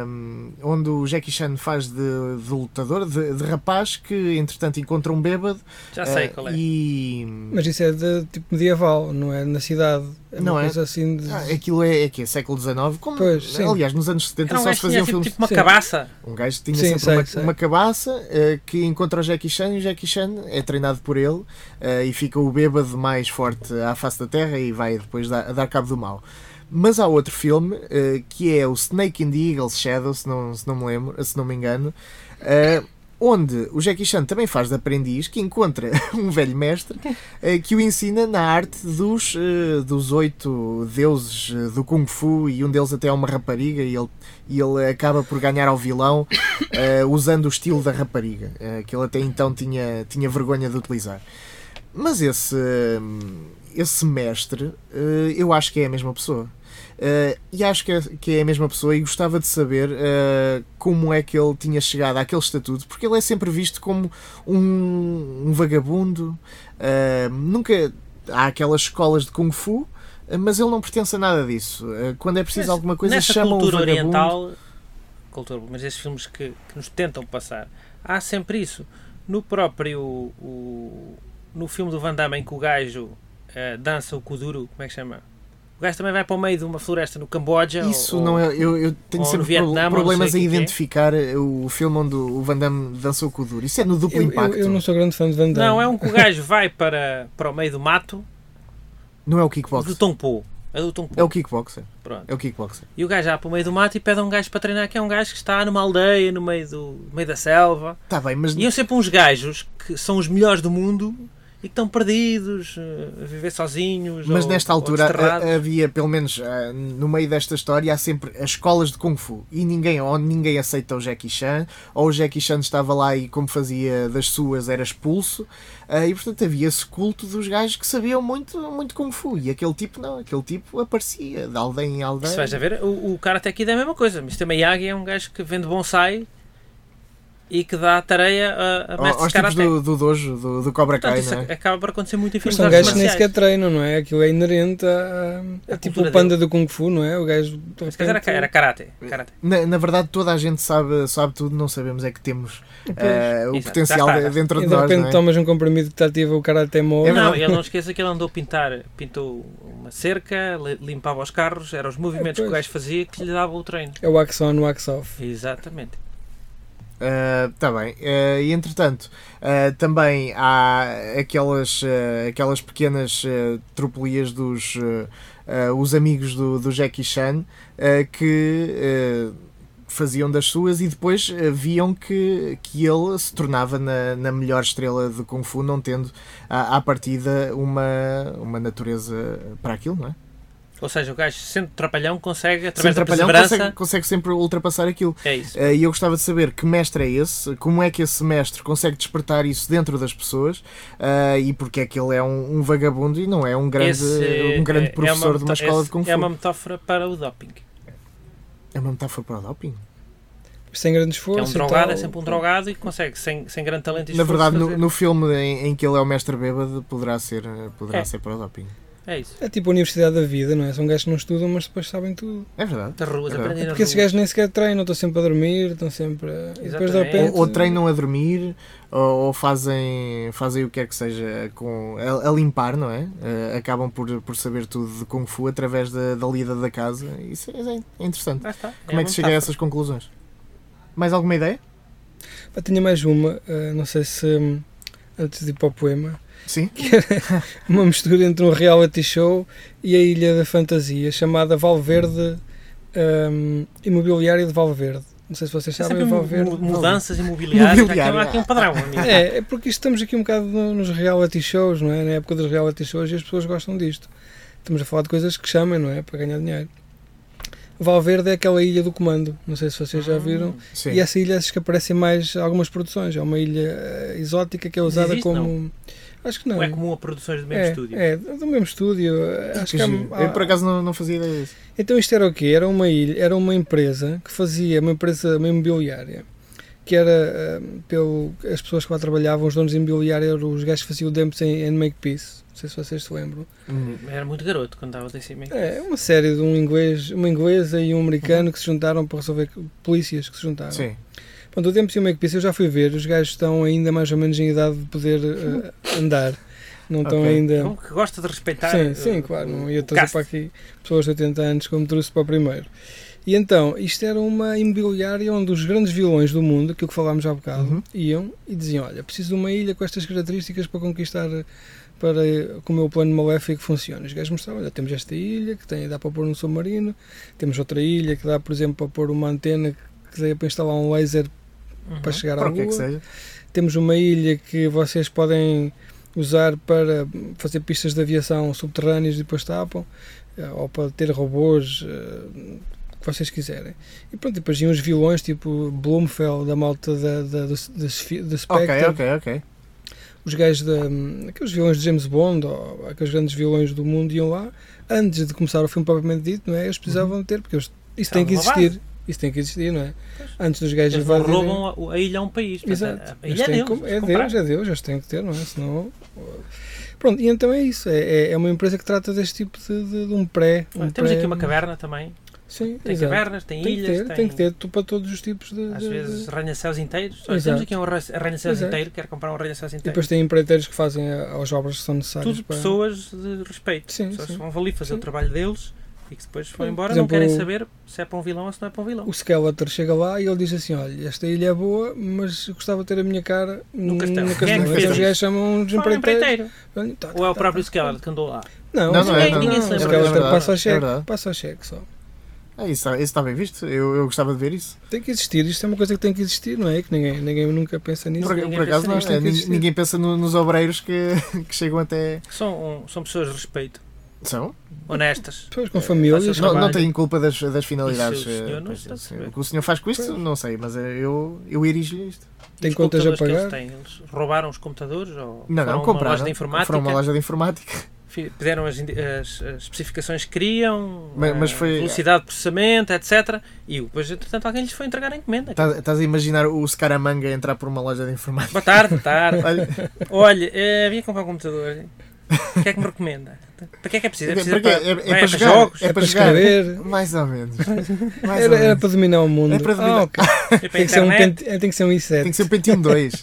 Speaker 3: um, onde o Jackie Chan faz de, de lutador, de, de rapaz que entretanto encontra um bêbado
Speaker 4: Já sei
Speaker 3: eh,
Speaker 4: qual é.
Speaker 3: e
Speaker 5: Mas isso é de tipo medieval, não é? Na cidade. É
Speaker 3: Não
Speaker 5: uma
Speaker 3: é?
Speaker 5: coisa assim de.
Speaker 3: ah, aquilo é, é que é século XIX, como
Speaker 5: Pois, sim.
Speaker 3: aliás nos anos 70
Speaker 4: Era um
Speaker 3: só
Speaker 4: gajo
Speaker 3: se
Speaker 4: que tinha
Speaker 3: faziam
Speaker 4: assim,
Speaker 3: filmes.
Speaker 4: tipo uma
Speaker 5: Sim.
Speaker 4: cabaça.
Speaker 3: Um gajo que tinha
Speaker 5: Sim,
Speaker 3: sempre
Speaker 5: sei,
Speaker 3: uma,
Speaker 5: sei.
Speaker 3: uma cabaça eh, que encontra o Jackie Chan e o Jackie Chan é treinado por ele eh, e fica o bêbado mais forte à face da terra e vai depois dar, a dar cabo do mal. Mas há outro filme eh, que é o Snake in the Eagle's Shadow, se não, se não me, lembro, se não me engano, eh, onde o Jackie Chan também faz de aprendiz que encontra um velho mestre eh, que o ensina na arte dos, eh, dos oito deuses eh, do Kung Fu e um deles até é uma rapariga e ele, e ele acaba por ganhar ao vilão eh, usando o estilo da rapariga, eh, que ele até então tinha, tinha vergonha de utilizar. Mas esse, hum, esse mestre, eh, eu acho que é a mesma pessoa. Eh, e acho que é, que é a mesma pessoa e gostava de saber eh, como é que ele tinha chegado àquele estatuto, porque ele é sempre visto como um, um vagabundo. eh, nunca há aquelas escolas de Kung Fu, eh, mas ele não pertence a nada disso. Eh, quando é preciso
Speaker 4: Nessa-
Speaker 3: alguma coisa,
Speaker 4: Nessa
Speaker 3: chamam o
Speaker 4: cultura
Speaker 3: vagabundo.
Speaker 4: oriental, cultura, mas esses filmes que, que nos tentam passar, há sempre isso. No próprio o- no filme do Van Damme em que o gajo eh, dança o Kuduro, como é que chama? O gajo também vai para o meio de uma floresta no Camboja.
Speaker 3: Isso
Speaker 4: ou-
Speaker 3: não é. Eu, eu tenho
Speaker 4: ou
Speaker 3: sempre
Speaker 4: no Vietnã,
Speaker 3: pro-
Speaker 4: ou não
Speaker 3: problemas a
Speaker 4: sei o que é.
Speaker 3: identificar eh, o filme onde o Van Damme dançou com o Duro. Isso é no duplo
Speaker 5: Eu, eu-
Speaker 3: impacto.
Speaker 5: eu não sou grande fã de Van Damme.
Speaker 4: Não, é um que o gajo vai para, para o meio do mato
Speaker 3: Não é o
Speaker 4: do
Speaker 3: kickboxer.
Speaker 4: Tom Po. É do Tom Po.
Speaker 3: É o kickboxer.
Speaker 4: Pronto.
Speaker 3: É o kickboxer.
Speaker 4: E o gajo vai para o meio do mato e pede a um gajo para treinar, que é um gajo que está numa aldeia, no meio, do, no meio da selva.
Speaker 3: Está Tá bem, mas
Speaker 4: E eu sempre uns gajos que são os melhores do mundo e que estão perdidos, eh, a viver sozinhos.
Speaker 3: Mas
Speaker 4: ou-
Speaker 3: nesta
Speaker 4: ou
Speaker 3: altura eh,
Speaker 4: desterrados.
Speaker 3: a- havia, pelo menos ah, no meio desta história, há sempre as escolas de Kung Fu e ninguém, ou ninguém aceita o Jackie Chan, ou o Jackie Chan estava lá e, como fazia das suas, era expulso, ah, e portanto havia esse culto dos gajos que sabiam muito, muito Kung Fu e aquele tipo não, aquele tipo aparecia de aldeia em
Speaker 4: Se vais a
Speaker 3: aldeia.
Speaker 4: ver, o, o cara até aqui é a mesma coisa. Mr. Miyagi é um gajo que vende bonsai e que dá tareia a, a
Speaker 3: Ao-
Speaker 4: mestres
Speaker 3: Aos
Speaker 4: de
Speaker 3: tipos
Speaker 4: karate.
Speaker 3: do, do dojo, do, do Cobra
Speaker 4: Portanto,
Speaker 3: Kai,
Speaker 4: isso
Speaker 3: não é?
Speaker 4: ac- acaba por acontecer muito em filmes
Speaker 5: Mas
Speaker 4: de
Speaker 5: são
Speaker 4: artes
Speaker 5: gajos que nem
Speaker 4: marciais.
Speaker 5: sequer treinam, não é? Aquilo é inerente a. a-
Speaker 4: A
Speaker 5: tipo
Speaker 4: cultura
Speaker 5: o panda do Kung Fu, não é? O gajo. de
Speaker 4: Se calhar
Speaker 5: repente-
Speaker 4: era, era karate. karate.
Speaker 3: Na, na verdade, toda a gente sabe, sabe tudo, não sabemos é que temos ah, o
Speaker 4: Exato,
Speaker 3: potencial
Speaker 4: já está, já está.
Speaker 3: dentro
Speaker 5: E
Speaker 3: de
Speaker 5: de
Speaker 3: nós.
Speaker 5: repente
Speaker 3: não é?
Speaker 5: tomas um comprimido que te ativa o cara até morre.
Speaker 3: É
Speaker 4: não,
Speaker 3: verdade.
Speaker 4: ele não esqueça que ele andou a pintar, pintou uma cerca, li- limpava os carros, eram os movimentos que o
Speaker 5: Pois.
Speaker 4: gajo fazia que lhe dava o treino.
Speaker 5: É o wax on, wax off.
Speaker 4: Exatamente.
Speaker 3: Está bem. Ah, e entretanto, ah, também há aquelas, ah, aquelas pequenas ah, tropelias dos ah, ah, os amigos do, do Jackie Chan ah, que ah, faziam das suas e depois ah, viam que, que ele se tornava na, na melhor estrela de Kung Fu, não tendo à, à partida uma, uma natureza para aquilo, não é?
Speaker 4: Ou seja, o gajo sendo trapalhão consegue,
Speaker 3: Sem
Speaker 4: através da
Speaker 3: trapalhão
Speaker 4: perseverança,
Speaker 3: consegue, consegue sempre ultrapassar aquilo.
Speaker 4: é isso.
Speaker 3: Eh, E eu gostava de saber que mestre é esse, como é que esse mestre consegue despertar isso dentro das pessoas eh, e porque é que ele é um, um vagabundo e não é um grande,
Speaker 4: Esse,
Speaker 3: um grande
Speaker 4: é- é
Speaker 3: professor de uma
Speaker 4: meto-
Speaker 3: escola
Speaker 4: esse
Speaker 3: de Kung Fu.
Speaker 4: É uma metáfora para o doping.
Speaker 3: É metáfora para o doping.
Speaker 5: Sem grande
Speaker 4: É
Speaker 5: esforço.
Speaker 4: um
Speaker 5: e
Speaker 4: drogado,
Speaker 5: tal.
Speaker 4: é sempre um drogado e consegue, sem, sem grande talento e
Speaker 3: então, Na
Speaker 4: esforço,
Speaker 3: verdade, no,
Speaker 4: fazer.
Speaker 3: no filme em, em que ele é o mestre bêbado, poderá ser, eh, poderá
Speaker 4: É.
Speaker 3: ser para o doping.
Speaker 4: É isso.
Speaker 5: É tipo a Universidade da Vida, não é? São gajos que não estudam, mas depois sabem tudo.
Speaker 3: É verdade.
Speaker 4: Das ruas,
Speaker 3: É
Speaker 4: aprendi
Speaker 5: É
Speaker 4: nas
Speaker 5: porque esses
Speaker 4: ruas.
Speaker 5: gajos nem sequer treinam, estão sempre a dormir, estão sempre. A... E depois de
Speaker 4: Exatamente.
Speaker 5: repente.
Speaker 3: Ou, ou treinam a dormir, ou, ou fazem, fazem o que quer que seja com, a, a limpar, não é? Eh, acabam por, por saber tudo de Kung Fu através da, da lida da casa. Isso é- é interessante.
Speaker 4: Lá está.
Speaker 3: Como é que
Speaker 4: uma
Speaker 3: se chega a
Speaker 4: metáfora.
Speaker 3: essas conclusões? Mais alguma ideia?
Speaker 5: Eu Ah, tinha mais uma, eh, não sei se. hum, Antes de ir para o poema,
Speaker 3: Sim.
Speaker 5: uma mistura entre um reality show e a Ilha da Fantasia, chamada Valverde hum, Imobiliário de Valverde. Não sei se vocês
Speaker 4: É
Speaker 5: sabem,
Speaker 4: sempre
Speaker 5: Valverde.
Speaker 4: mu- mudanças imobiliárias. Há aqui- Há aqui um padrão, amigo.
Speaker 5: É, é porque estamos aqui um bocado no- nos reality shows, não é? Na época dos reality shows e as pessoas gostam disto. Estamos a falar de coisas que chamem, não é? Para ganhar dinheiro. Valverde é aquela ilha do comando, não sei se vocês
Speaker 4: Ah,
Speaker 5: já viram.
Speaker 3: Sim.
Speaker 5: E essa ilha acho que aparece em mais algumas produções. É uma ilha eh, exótica que é
Speaker 4: Mas
Speaker 5: usada
Speaker 4: existe,
Speaker 5: como. Acho que não.
Speaker 4: Não é comum a produções do mesmo
Speaker 5: é,
Speaker 4: estúdio.
Speaker 5: é, do mesmo estúdio. Acho que é há-
Speaker 3: Tipo giro.
Speaker 5: há-
Speaker 3: Eu por acaso não, não fazia ideia disso.
Speaker 5: então isto era o quê? Era uma ilha, era uma empresa que fazia, uma empresa uma imobiliária, que era ah, pelo as pessoas que lá trabalhavam, os donos de imobiliária eram os gajos que faziam o Dempsey em, em Makepeace. Não sei se vocês se lembram.
Speaker 4: Era muito garoto quando estava em cima.
Speaker 5: É uma série de um inglês, uma inglesa e um americano que se juntaram para resolver polícias que se juntaram.
Speaker 3: Uhum. Sim.
Speaker 5: Pronto, o Dempsey e o Makepeace eu já fui ver, os gajos estão ainda mais ou menos em idade de poder ah, andar. Não
Speaker 3: Ok.
Speaker 5: estão
Speaker 3: Então
Speaker 5: ainda.
Speaker 4: Como Um que gosta de respeitar
Speaker 5: É. Sim,
Speaker 4: uh,
Speaker 3: eh,
Speaker 5: sim, claro. Não ia
Speaker 4: o
Speaker 5: trazer
Speaker 4: cast.
Speaker 5: para aqui pessoas de 80 anos como trouxe para o primeiro. E então, isto era uma imobiliária onde os grandes vilões do mundo, aquilo que falámos há bocado,
Speaker 3: Uhum.
Speaker 5: iam e diziam: Olha, preciso de uma ilha com estas características para conquistar, para que o meu plano maléfico funcione. Os gajos mostravam: Olha, temos esta ilha que tem, dá para pôr um submarino, temos outra ilha que dá, por exemplo, para pôr uma antena que dá para instalar um laser
Speaker 4: Uhum.
Speaker 5: para chegar à
Speaker 3: Para o
Speaker 5: lua.
Speaker 3: que é que seja.
Speaker 5: Temos uma ilha que vocês podem usar para fazer pistas de aviação subterrâneas e depois tapam, eh, ou para ter robôs eh, que vocês quiserem. E pronto, depois iam os vilões, tipo Blumfeld, da malta da, da, do, da, Sphi- da Spectre,
Speaker 3: Ok, ok, ok.
Speaker 5: os gajos da. hum, aqueles vilões de James Bond, ou aqueles grandes vilões do mundo iam lá, antes de começar o filme propriamente dito, não é? Eles precisavam
Speaker 4: Uhum.
Speaker 5: de ter, porque eles- isso tem
Speaker 4: Estavam
Speaker 5: que
Speaker 4: numa
Speaker 5: existir. Isso tem que existir, não é? Antes dos gajos
Speaker 4: Eles não
Speaker 5: invadirem-
Speaker 4: roubam a, a ilha a um país. portanto,
Speaker 5: né? Exato.
Speaker 4: A
Speaker 5: Eles
Speaker 4: ilha é
Speaker 5: têm
Speaker 4: deles.
Speaker 5: que com- é
Speaker 4: comprar.
Speaker 5: Deus, é Deus, eles têm que ter, não é? Senão. Pronto, e então é isso. É, é- é uma empresa que trata deste tipo de, de- de um pré.
Speaker 4: Olha,
Speaker 5: Um
Speaker 4: Temos
Speaker 5: pré-
Speaker 4: aqui uma caverna também.
Speaker 5: Sim,
Speaker 4: Tem
Speaker 5: exato.
Speaker 4: cavernas, tem,
Speaker 5: Tem que
Speaker 4: ilhas,
Speaker 5: ter,
Speaker 4: tem,
Speaker 5: tem que ter tu- para todos os tipos de.
Speaker 4: às
Speaker 5: de-
Speaker 4: vezes
Speaker 5: de-
Speaker 4: arranha-céus inteiros. Olha, temos
Speaker 5: Exato.
Speaker 4: aqui um arra- arranha-céus
Speaker 5: Exato.
Speaker 4: inteiro, quero comprar um arranha-céus
Speaker 5: E
Speaker 4: inteiro.
Speaker 5: depois tem empreiteiros que fazem a- as obras que são necessárias.
Speaker 4: Tudo
Speaker 5: para-
Speaker 4: pessoas de respeito.
Speaker 5: Sim,
Speaker 4: pessoas
Speaker 5: sim.
Speaker 4: que vão ali fazer
Speaker 5: Sim.
Speaker 4: o trabalho deles e que depois foram
Speaker 5: Sim.
Speaker 4: embora,
Speaker 5: Por
Speaker 4: não
Speaker 5: exemplo,
Speaker 4: querem
Speaker 5: o-
Speaker 4: saber se é para um vilão ou se não é para um vilão.
Speaker 5: O Skeletor chega lá e ele diz assim: Olha, esta ilha é boa, mas gostava de ter a minha cara
Speaker 4: No
Speaker 5: n-
Speaker 4: castelo."
Speaker 5: No
Speaker 4: Quem é
Speaker 3: que
Speaker 5: castelo. Então
Speaker 3: fez
Speaker 5: os
Speaker 3: isso?
Speaker 5: gajos chamam uns
Speaker 4: Fala,
Speaker 5: empreiteiros.
Speaker 4: empreiteiro.
Speaker 5: Olha, tá, tá,
Speaker 4: Ou é o
Speaker 5: tá,
Speaker 4: próprio
Speaker 5: tá.
Speaker 4: Skeletor que andou lá.
Speaker 5: Não,
Speaker 3: Não,
Speaker 5: não,
Speaker 3: não é,
Speaker 5: é,
Speaker 3: não.
Speaker 4: Ninguém se
Speaker 5: O
Speaker 4: lembra.
Speaker 5: Skeletor
Speaker 4: É verdade, é
Speaker 5: passa ao cheque.
Speaker 3: verdade.
Speaker 5: passa ao cheque só.
Speaker 3: Ah, isso, está- isso está bem visto. Eu, eu gostava de ver isso.
Speaker 5: Tem que existir, isto é uma coisa que tem que existir, não é? Que ninguém, ninguém nunca pensa nisso.
Speaker 3: Por,
Speaker 4: ninguém
Speaker 3: por acaso,
Speaker 4: pensa
Speaker 3: não,
Speaker 5: nisso,
Speaker 3: é,
Speaker 5: tem que
Speaker 3: nin-
Speaker 5: existir.
Speaker 3: ninguém pensa no- nos obreiros que, que chegam até.
Speaker 4: São, um- são pessoas de respeito,
Speaker 3: São?
Speaker 4: honestas.
Speaker 5: Pessoas com famílias.
Speaker 4: Faz o
Speaker 3: Não, não
Speaker 4: trabalho.
Speaker 3: têm culpa das, das finalidades.
Speaker 4: Isso o senhor
Speaker 3: eh,
Speaker 4: não
Speaker 3: pois,
Speaker 4: está a
Speaker 3: assim,
Speaker 4: saber.
Speaker 3: o que o senhor faz com isto, não sei, mas eh, eu, eu erijo-lhe isto.
Speaker 4: E
Speaker 5: Tem
Speaker 4: os
Speaker 5: contas a
Speaker 4: computadores que
Speaker 5: pagar?
Speaker 4: Eles, têm, eles roubaram os computadores ou
Speaker 3: Não,
Speaker 4: foram
Speaker 3: não,
Speaker 4: a
Speaker 3: compraram.
Speaker 4: uma loja de informática,
Speaker 3: Foram a uma loja de informática.
Speaker 4: fi- fizeram as, indi- as- as especificações que queriam,
Speaker 3: Mas-
Speaker 4: a
Speaker 3: mas foi-
Speaker 4: velocidade de processamento, etc. E depois, entretanto, alguém lhes foi entregar a encomenda.
Speaker 3: Estás estás a imaginar o Scaramanga entrar por uma loja de informática?
Speaker 4: Boa tarde, boa tarde.
Speaker 3: Olha,
Speaker 4: Olha, eh, vim comprar um computador. O que é que me recomenda? Para que é que é preciso? É preciso
Speaker 3: porque
Speaker 4: para,
Speaker 3: é- é
Speaker 4: vai,
Speaker 3: para jogar,
Speaker 4: jogos?
Speaker 3: é
Speaker 5: É
Speaker 3: para
Speaker 5: para
Speaker 3: jogar.
Speaker 5: escrever?
Speaker 3: mais ou menos. Mais
Speaker 5: Era,
Speaker 3: ou
Speaker 5: era
Speaker 3: menos.
Speaker 5: para dominar o mundo.
Speaker 3: É para dominar.
Speaker 5: Ah, ok.
Speaker 4: É para
Speaker 5: tem, que ser um
Speaker 4: internet?
Speaker 5: pente- é, tem que ser um i7.
Speaker 3: Tem que ser o Pentium 2.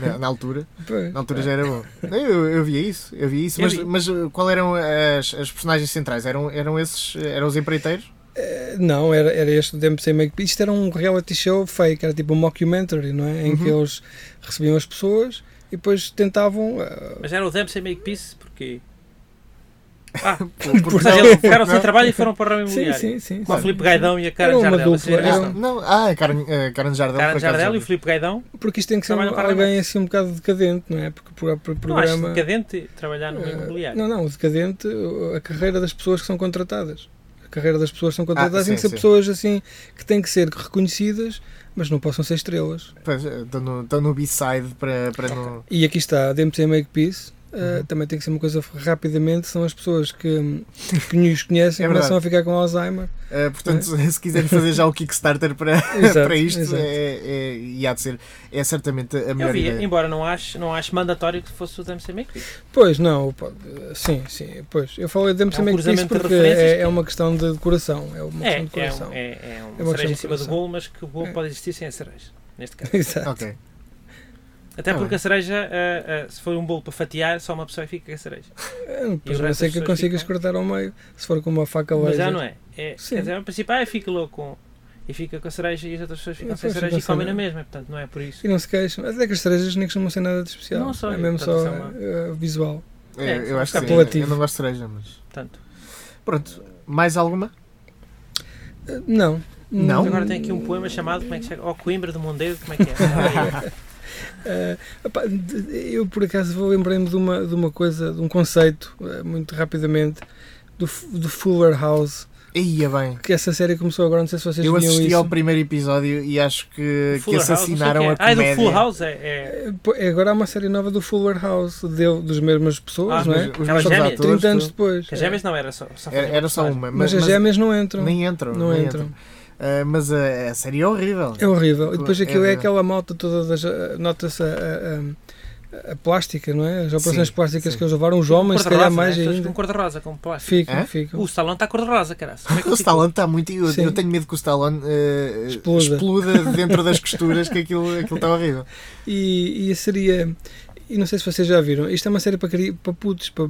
Speaker 3: Na, na altura,
Speaker 5: Pois.
Speaker 3: na altura já era bom. Não, Eu, eu via isso, eu via isso,
Speaker 4: Eu
Speaker 3: mas,
Speaker 4: vi.
Speaker 3: mas eh, qual eram as, as personagens centrais? Eram, eram esses, eh, eram os empreiteiros?
Speaker 5: Eh, Não, era, era este o tempo sem make Isto era um reality show fake, era tipo um mockumentary, não é? Em que
Speaker 3: Uhum.
Speaker 5: eles recebiam as pessoas e depois tentavam. eh,
Speaker 4: Mas era o Dempsey Makepeace porque... Ah,
Speaker 3: Por- por-
Speaker 4: Ou seja, eles ficaram sem trabalho e foram para o ramo
Speaker 5: sim,
Speaker 4: imobiliário.
Speaker 5: sim, sim.
Speaker 4: Com o
Speaker 5: sim.
Speaker 4: Filipe Gaidão e a Karen
Speaker 5: Era uma
Speaker 4: Jardel. assim, Vocês
Speaker 5: dupla,
Speaker 4: viram
Speaker 5: era
Speaker 4: isto?
Speaker 5: um-
Speaker 3: Não, ah, a Karen, a Karen Jardel.
Speaker 4: Karen
Speaker 3: por acaso,
Speaker 4: Jardel e
Speaker 3: já
Speaker 4: o
Speaker 3: vi.
Speaker 4: Filipe Gaidão.
Speaker 5: Porque isto tem que ser
Speaker 4: Trabalham para a
Speaker 5: alguém assim um bocado decadente, não é? Porque o próprio
Speaker 4: Não acho
Speaker 5: programa.
Speaker 4: decadente trabalhar no
Speaker 5: eh,
Speaker 4: imobiliário.
Speaker 5: não, não, o decadente, eh, a carreira das pessoas que são contratadas. A carreira das pessoas que são contratadas
Speaker 3: Ah, sim,
Speaker 5: tem que ser
Speaker 3: sim.
Speaker 5: pessoas assim que têm que ser reconhecidas, mas não possam ser estrelas.
Speaker 3: Pois, eh, Estão no, estão no B-side para, para não.
Speaker 5: E aqui está, DMC Makepeace.
Speaker 3: Uhum.
Speaker 5: Uh, também tem que ser uma coisa rapidamente, são as pessoas que, que nos conhecem
Speaker 3: É
Speaker 5: começam a ficar com Alzheimer.
Speaker 3: Eh, portanto, se quiserem fazer já o Kickstarter para,
Speaker 5: Exato,
Speaker 3: para isto,
Speaker 5: exato.
Speaker 3: é, é, e há de ser, é certamente a
Speaker 4: Eu
Speaker 3: melhor
Speaker 4: vi,
Speaker 3: ideia.
Speaker 4: embora não ache, não ache mandatório que fosse o Dempsey Makepeace.
Speaker 5: Pois não, pá, uh, sim, sim, pois. Eu falei de DMC
Speaker 4: É um
Speaker 5: Makepeace
Speaker 4: cruzamento de
Speaker 5: porque
Speaker 4: referências
Speaker 5: é, é uma questão de decoração. É uma
Speaker 4: É,
Speaker 5: questão de
Speaker 4: é, um,
Speaker 5: decoração.
Speaker 4: é, é uma
Speaker 5: questão de
Speaker 4: cereja em cima do
Speaker 5: coração.
Speaker 4: bolo, mas que o bolo
Speaker 5: É.
Speaker 4: pode existir sem a cereja. Neste caso.
Speaker 5: Exato.
Speaker 3: Ok.
Speaker 4: Até
Speaker 3: Ah,
Speaker 4: porque
Speaker 3: bem.
Speaker 4: a cereja, ah, ah, se for um bolo para fatiar, só uma pessoa é que fica com a cereja.
Speaker 5: É, Pois
Speaker 4: resto
Speaker 5: não
Speaker 4: das
Speaker 5: sei que
Speaker 4: pessoas
Speaker 5: consigas
Speaker 4: ficam-
Speaker 5: cortar ao meio, se for com uma faca
Speaker 4: Mas
Speaker 5: laser.
Speaker 4: já não é. é
Speaker 5: Sim.
Speaker 4: quer dizer, a princípio, ah, fica louco com. E fica com a cereja e as outras pessoas ficam
Speaker 5: Não,
Speaker 4: sem
Speaker 5: pois,
Speaker 4: cereja
Speaker 5: não
Speaker 4: e
Speaker 5: sei
Speaker 4: comem na
Speaker 5: nada.
Speaker 4: mesma. Portanto, não é por isso.
Speaker 5: E não se queixam. Até que as cerejas nem costumam ser nada de especial.
Speaker 4: Não são,
Speaker 5: é mesmo
Speaker 4: portanto,
Speaker 5: só
Speaker 4: são
Speaker 5: uh, visual.
Speaker 3: Eu,
Speaker 4: É,
Speaker 3: eu acho que
Speaker 4: está
Speaker 3: sim.
Speaker 5: apelativo.
Speaker 3: Eu não gosto de cereja, mas.
Speaker 4: Portanto,
Speaker 3: Pronto. Mais alguma?
Speaker 5: Uh, não.
Speaker 3: Não?
Speaker 4: Mas agora tem aqui um poema chamado como é que chega? Ó Coimbra do Mondego, como é que é?
Speaker 5: Eh, epá, de- eu por acaso vou lembrar-me de uma, de uma coisa, de um conceito, eh, muito rapidamente, do, F- do Fuller House,
Speaker 3: Ia é bem.
Speaker 5: que essa série começou agora, não sei se vocês
Speaker 3: Eu
Speaker 5: viam
Speaker 3: assisti
Speaker 5: isso.
Speaker 3: ao primeiro episódio e acho que, que
Speaker 4: Fuller House, não sei o
Speaker 3: assassinaram a
Speaker 4: quê. Ah, é do Full
Speaker 3: comédia.
Speaker 4: House? É, é-
Speaker 5: Eh, pô, é Agora há uma série nova do Fuller House, de, dos mesmas pessoas,
Speaker 4: Ah,
Speaker 5: não
Speaker 3: Mas os
Speaker 5: é?
Speaker 4: Aquelas
Speaker 3: mesmos
Speaker 4: gêmeas?
Speaker 3: atores,
Speaker 5: 30 anos
Speaker 3: tudo.
Speaker 5: depois.
Speaker 4: que as gêmeas não era só. só
Speaker 3: Era, era só
Speaker 4: personagem.
Speaker 3: uma,
Speaker 5: Mas
Speaker 3: mas,
Speaker 5: as gêmeas não entram.
Speaker 3: nem entram.
Speaker 5: não
Speaker 3: nem
Speaker 5: entram.
Speaker 3: Ah, mas a, a série é horrível.
Speaker 5: É horrível. E depois
Speaker 3: É
Speaker 5: aquilo é,
Speaker 3: horrível.
Speaker 5: aquela malta toda das. eh, Nota-se a, a- a- a plástica, não é? As operações
Speaker 3: Sim,
Speaker 5: plásticas
Speaker 3: sim.
Speaker 5: que eles levaram, os homens, se calhar
Speaker 4: Cor-de-rosa,
Speaker 5: mais
Speaker 4: né? Todos
Speaker 5: ainda.
Speaker 4: Com cor-de-rosa, com plástico.
Speaker 5: Ficam,
Speaker 3: Hã?
Speaker 5: ficam.
Speaker 4: O salão tá está cor-de-rosa, caralho.
Speaker 3: O
Speaker 5: tá,
Speaker 3: Stallone está muito. Eu,
Speaker 5: Sim.
Speaker 3: eu tenho medo que o Stallone eh,
Speaker 5: Exploda.
Speaker 3: exploda dentro das costuras, que aquilo aquilo está horrível.
Speaker 5: E, e seria. E não sei se vocês já viram, isto é uma série para, cri- para putos, para,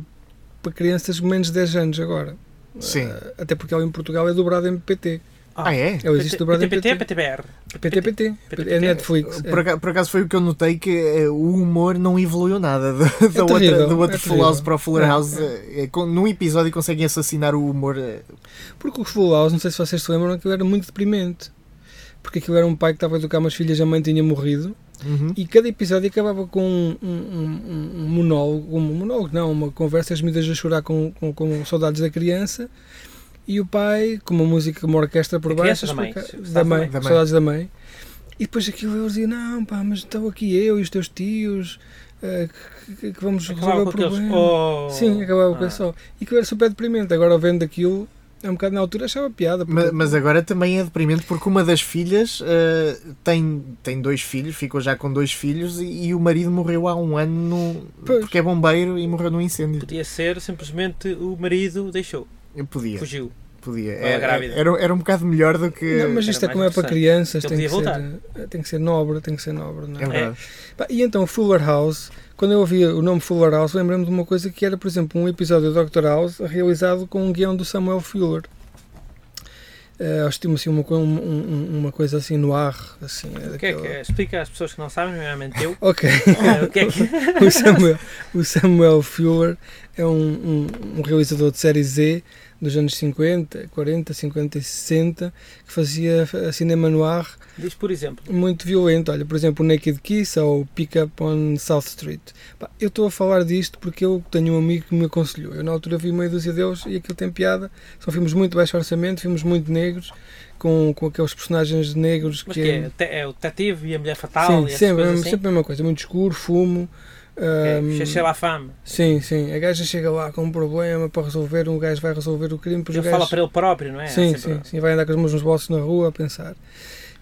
Speaker 5: para crianças de menos de 10 anos agora.
Speaker 3: Sim.
Speaker 5: Ah, até porque ela em Portugal é dobrada em PT.
Speaker 3: Ah, é?
Speaker 5: Ela existe dobrada em
Speaker 4: PT,
Speaker 5: PT.
Speaker 4: PTBR.
Speaker 5: PT, PT.
Speaker 4: PT.
Speaker 5: É Netflix.
Speaker 3: Por acaso, por acaso foi o que eu notei que eh, o humor não evoluiu nada do, da outra-
Speaker 5: terrível,
Speaker 3: do outro
Speaker 5: é
Speaker 3: Full House
Speaker 5: terrível.
Speaker 3: para o Fuller
Speaker 5: É,
Speaker 3: House.
Speaker 5: é.
Speaker 3: eh, eh, com- num episódio conseguem assassinar o humor. eh,
Speaker 5: É. Porque o Full House, não sei se vocês se lembram, aquilo era muito deprimente. Porque aquilo era um pai que estava a educar umas filhas, a mãe tinha morrido.
Speaker 3: uhum.
Speaker 5: E cada episódio acabava com um, um- um- um monólogo, um monólogo não, uma conversa, as miúdas a chorar com, com, com saudades da criança e o pai com uma música, uma orquestra por
Speaker 4: Da
Speaker 5: baixo,
Speaker 4: criança, da mãe.
Speaker 5: explica-
Speaker 4: Saudades
Speaker 5: da
Speaker 4: da
Speaker 5: mãe,
Speaker 4: mãe.
Speaker 3: Da mãe.
Speaker 5: saudades da mãe. E depois aquilo eles diziam, não pá, mas estão aqui eu e os teus tios, eh, que- que, que vamos
Speaker 4: Acabava
Speaker 5: resolver
Speaker 4: com
Speaker 5: o
Speaker 4: aqueles.
Speaker 5: problema.
Speaker 4: Oh.
Speaker 5: Sim, acabava com
Speaker 4: Ah.
Speaker 5: isso só. E que era super deprimente, agora vendo aquilo, é um bocado na altura achava piada.
Speaker 3: Ma-
Speaker 5: porque-
Speaker 3: mas, agora também é deprimente porque uma das filhas eh, tem, tem dois filhos, ficou já com dois filhos e, e o marido morreu há um ano no-
Speaker 5: Pois.
Speaker 3: porque é bombeiro e morreu num incêndio.
Speaker 4: Podia ser simplesmente o marido deixou,
Speaker 3: Eu podia.
Speaker 4: fugiu.
Speaker 3: podia.
Speaker 4: Ela é
Speaker 3: Era,
Speaker 4: grávida.
Speaker 3: era, era um bocado melhor do que.
Speaker 5: Não, mas
Speaker 4: Era
Speaker 5: isto é
Speaker 4: mais
Speaker 5: como é para
Speaker 4: interessante.
Speaker 5: crianças,
Speaker 4: Ele
Speaker 5: tem que,
Speaker 4: podia
Speaker 5: ser, eh, tem que ser nobre, tem que ser nobre. Não é?
Speaker 3: É verdade.
Speaker 5: Pá, E então, Fuller House, quando eu ouvi o nome Fuller House, lembrei-me de uma coisa que era, por exemplo, um episódio do Dr. House realizado com um guião do Samuel Fuller. Eh, acho que tinha assim, uma, co- um- um- uma coisa assim no ar. Assim,
Speaker 4: O que é que é? Explica às pessoas que não sabem, nomeadamente eu.
Speaker 5: Ok.
Speaker 4: eh, o que é que
Speaker 5: o Samuel, o Samuel Fuller é um, um- um realizador de série Z dos anos 50, 40, 50 e 60 que fazia eh, cinema noir
Speaker 4: diz, por exemplo?
Speaker 5: muito violento. Olha, por exemplo, o Naked Kiss ou o Pick Up on South Street. Pá, eu estou a falar disto porque eu tenho um amigo que me aconselhou. Eu na altura vi meia dúzia deles e aquilo tem piada. São filmes muito baixo orçamento, filmes muito negros, com, com aqueles personagens negros
Speaker 4: Mas
Speaker 5: que.
Speaker 4: que é, te- é o detetive e a mulher fatal
Speaker 5: Sim,
Speaker 4: e essas
Speaker 5: sempre,
Speaker 4: coisas assim.
Speaker 5: sempre a mesma coisa, muito escuro, fumo.
Speaker 4: Ok,
Speaker 5: hum,
Speaker 4: Chechei lá a fama.
Speaker 5: Sim, sim. A gaja chega lá com um problema para resolver, um gajo vai resolver o crime, porque
Speaker 4: Ele
Speaker 5: o gajo...
Speaker 4: fala para ele próprio, não é?
Speaker 5: Sim,
Speaker 4: Sempre-
Speaker 5: sim, sim. Vai andar com as mãos nos bolsos na rua a pensar.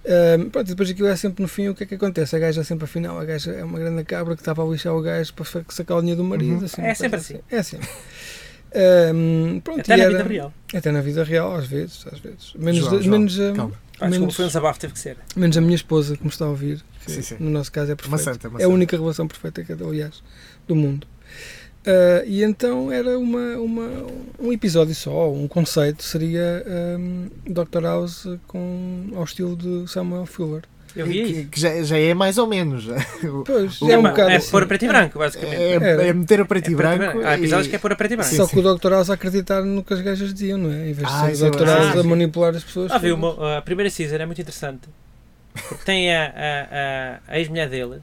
Speaker 5: Ahm, pronto, e depois aquilo é sempre no fim o que é que acontece? A gaja é sempre afinal, a gaja é uma grande cabra que estava a lixar o gajo para fa- sacar a linha do marido.
Speaker 3: Uhum.
Speaker 5: assim,
Speaker 4: É
Speaker 5: uma
Speaker 4: sempre
Speaker 5: coisa É sempre. Ahm, pronto,
Speaker 4: Até
Speaker 5: e
Speaker 4: na
Speaker 5: era-
Speaker 4: vida real.
Speaker 5: Até na vida real, às vezes, às vezes. Menos,
Speaker 3: João,
Speaker 5: de-
Speaker 3: João,
Speaker 5: menos, a,
Speaker 3: Calma.
Speaker 4: Pá, desculpa,
Speaker 5: menos-
Speaker 4: foi um desabafo, teve que ser.
Speaker 5: menos a minha esposa que me está a ouvir, que
Speaker 3: Sim, sim.
Speaker 5: no nosso caso é
Speaker 3: Uma
Speaker 5: perfeita.
Speaker 3: santa, uma
Speaker 5: É a
Speaker 3: santa.
Speaker 5: única relação perfeita que aliás do mundo. Ah, e então era uma, uma, um episódio só, um conceito seria ahm, Dr. House com, ao estilo de Samuel Fuller.
Speaker 4: Eu vi
Speaker 3: que,
Speaker 4: isso.
Speaker 3: que já, já é mais ou menos. O-
Speaker 5: Pois,
Speaker 3: o-
Speaker 5: é
Speaker 4: É,
Speaker 5: um
Speaker 4: pá,
Speaker 5: bocado
Speaker 4: é
Speaker 5: assim.
Speaker 4: pôr a preto e branco, basicamente.
Speaker 3: É, é meter a preto
Speaker 4: É
Speaker 3: e
Speaker 4: preto e
Speaker 3: branco.
Speaker 4: Há episódios
Speaker 3: e-
Speaker 4: que é pôr a preto e branco.
Speaker 3: Sim,
Speaker 5: Só que o Dr. House a acreditar no que as gajas diziam, não é? Em vez de
Speaker 3: Ah, isso
Speaker 5: ser
Speaker 3: é
Speaker 5: o Dr. House
Speaker 4: verdade.
Speaker 5: a manipular as pessoas.
Speaker 4: Ah, vi uma, a primeira season é muito interessante. Porque tem a, a, a- a ex-mulher dele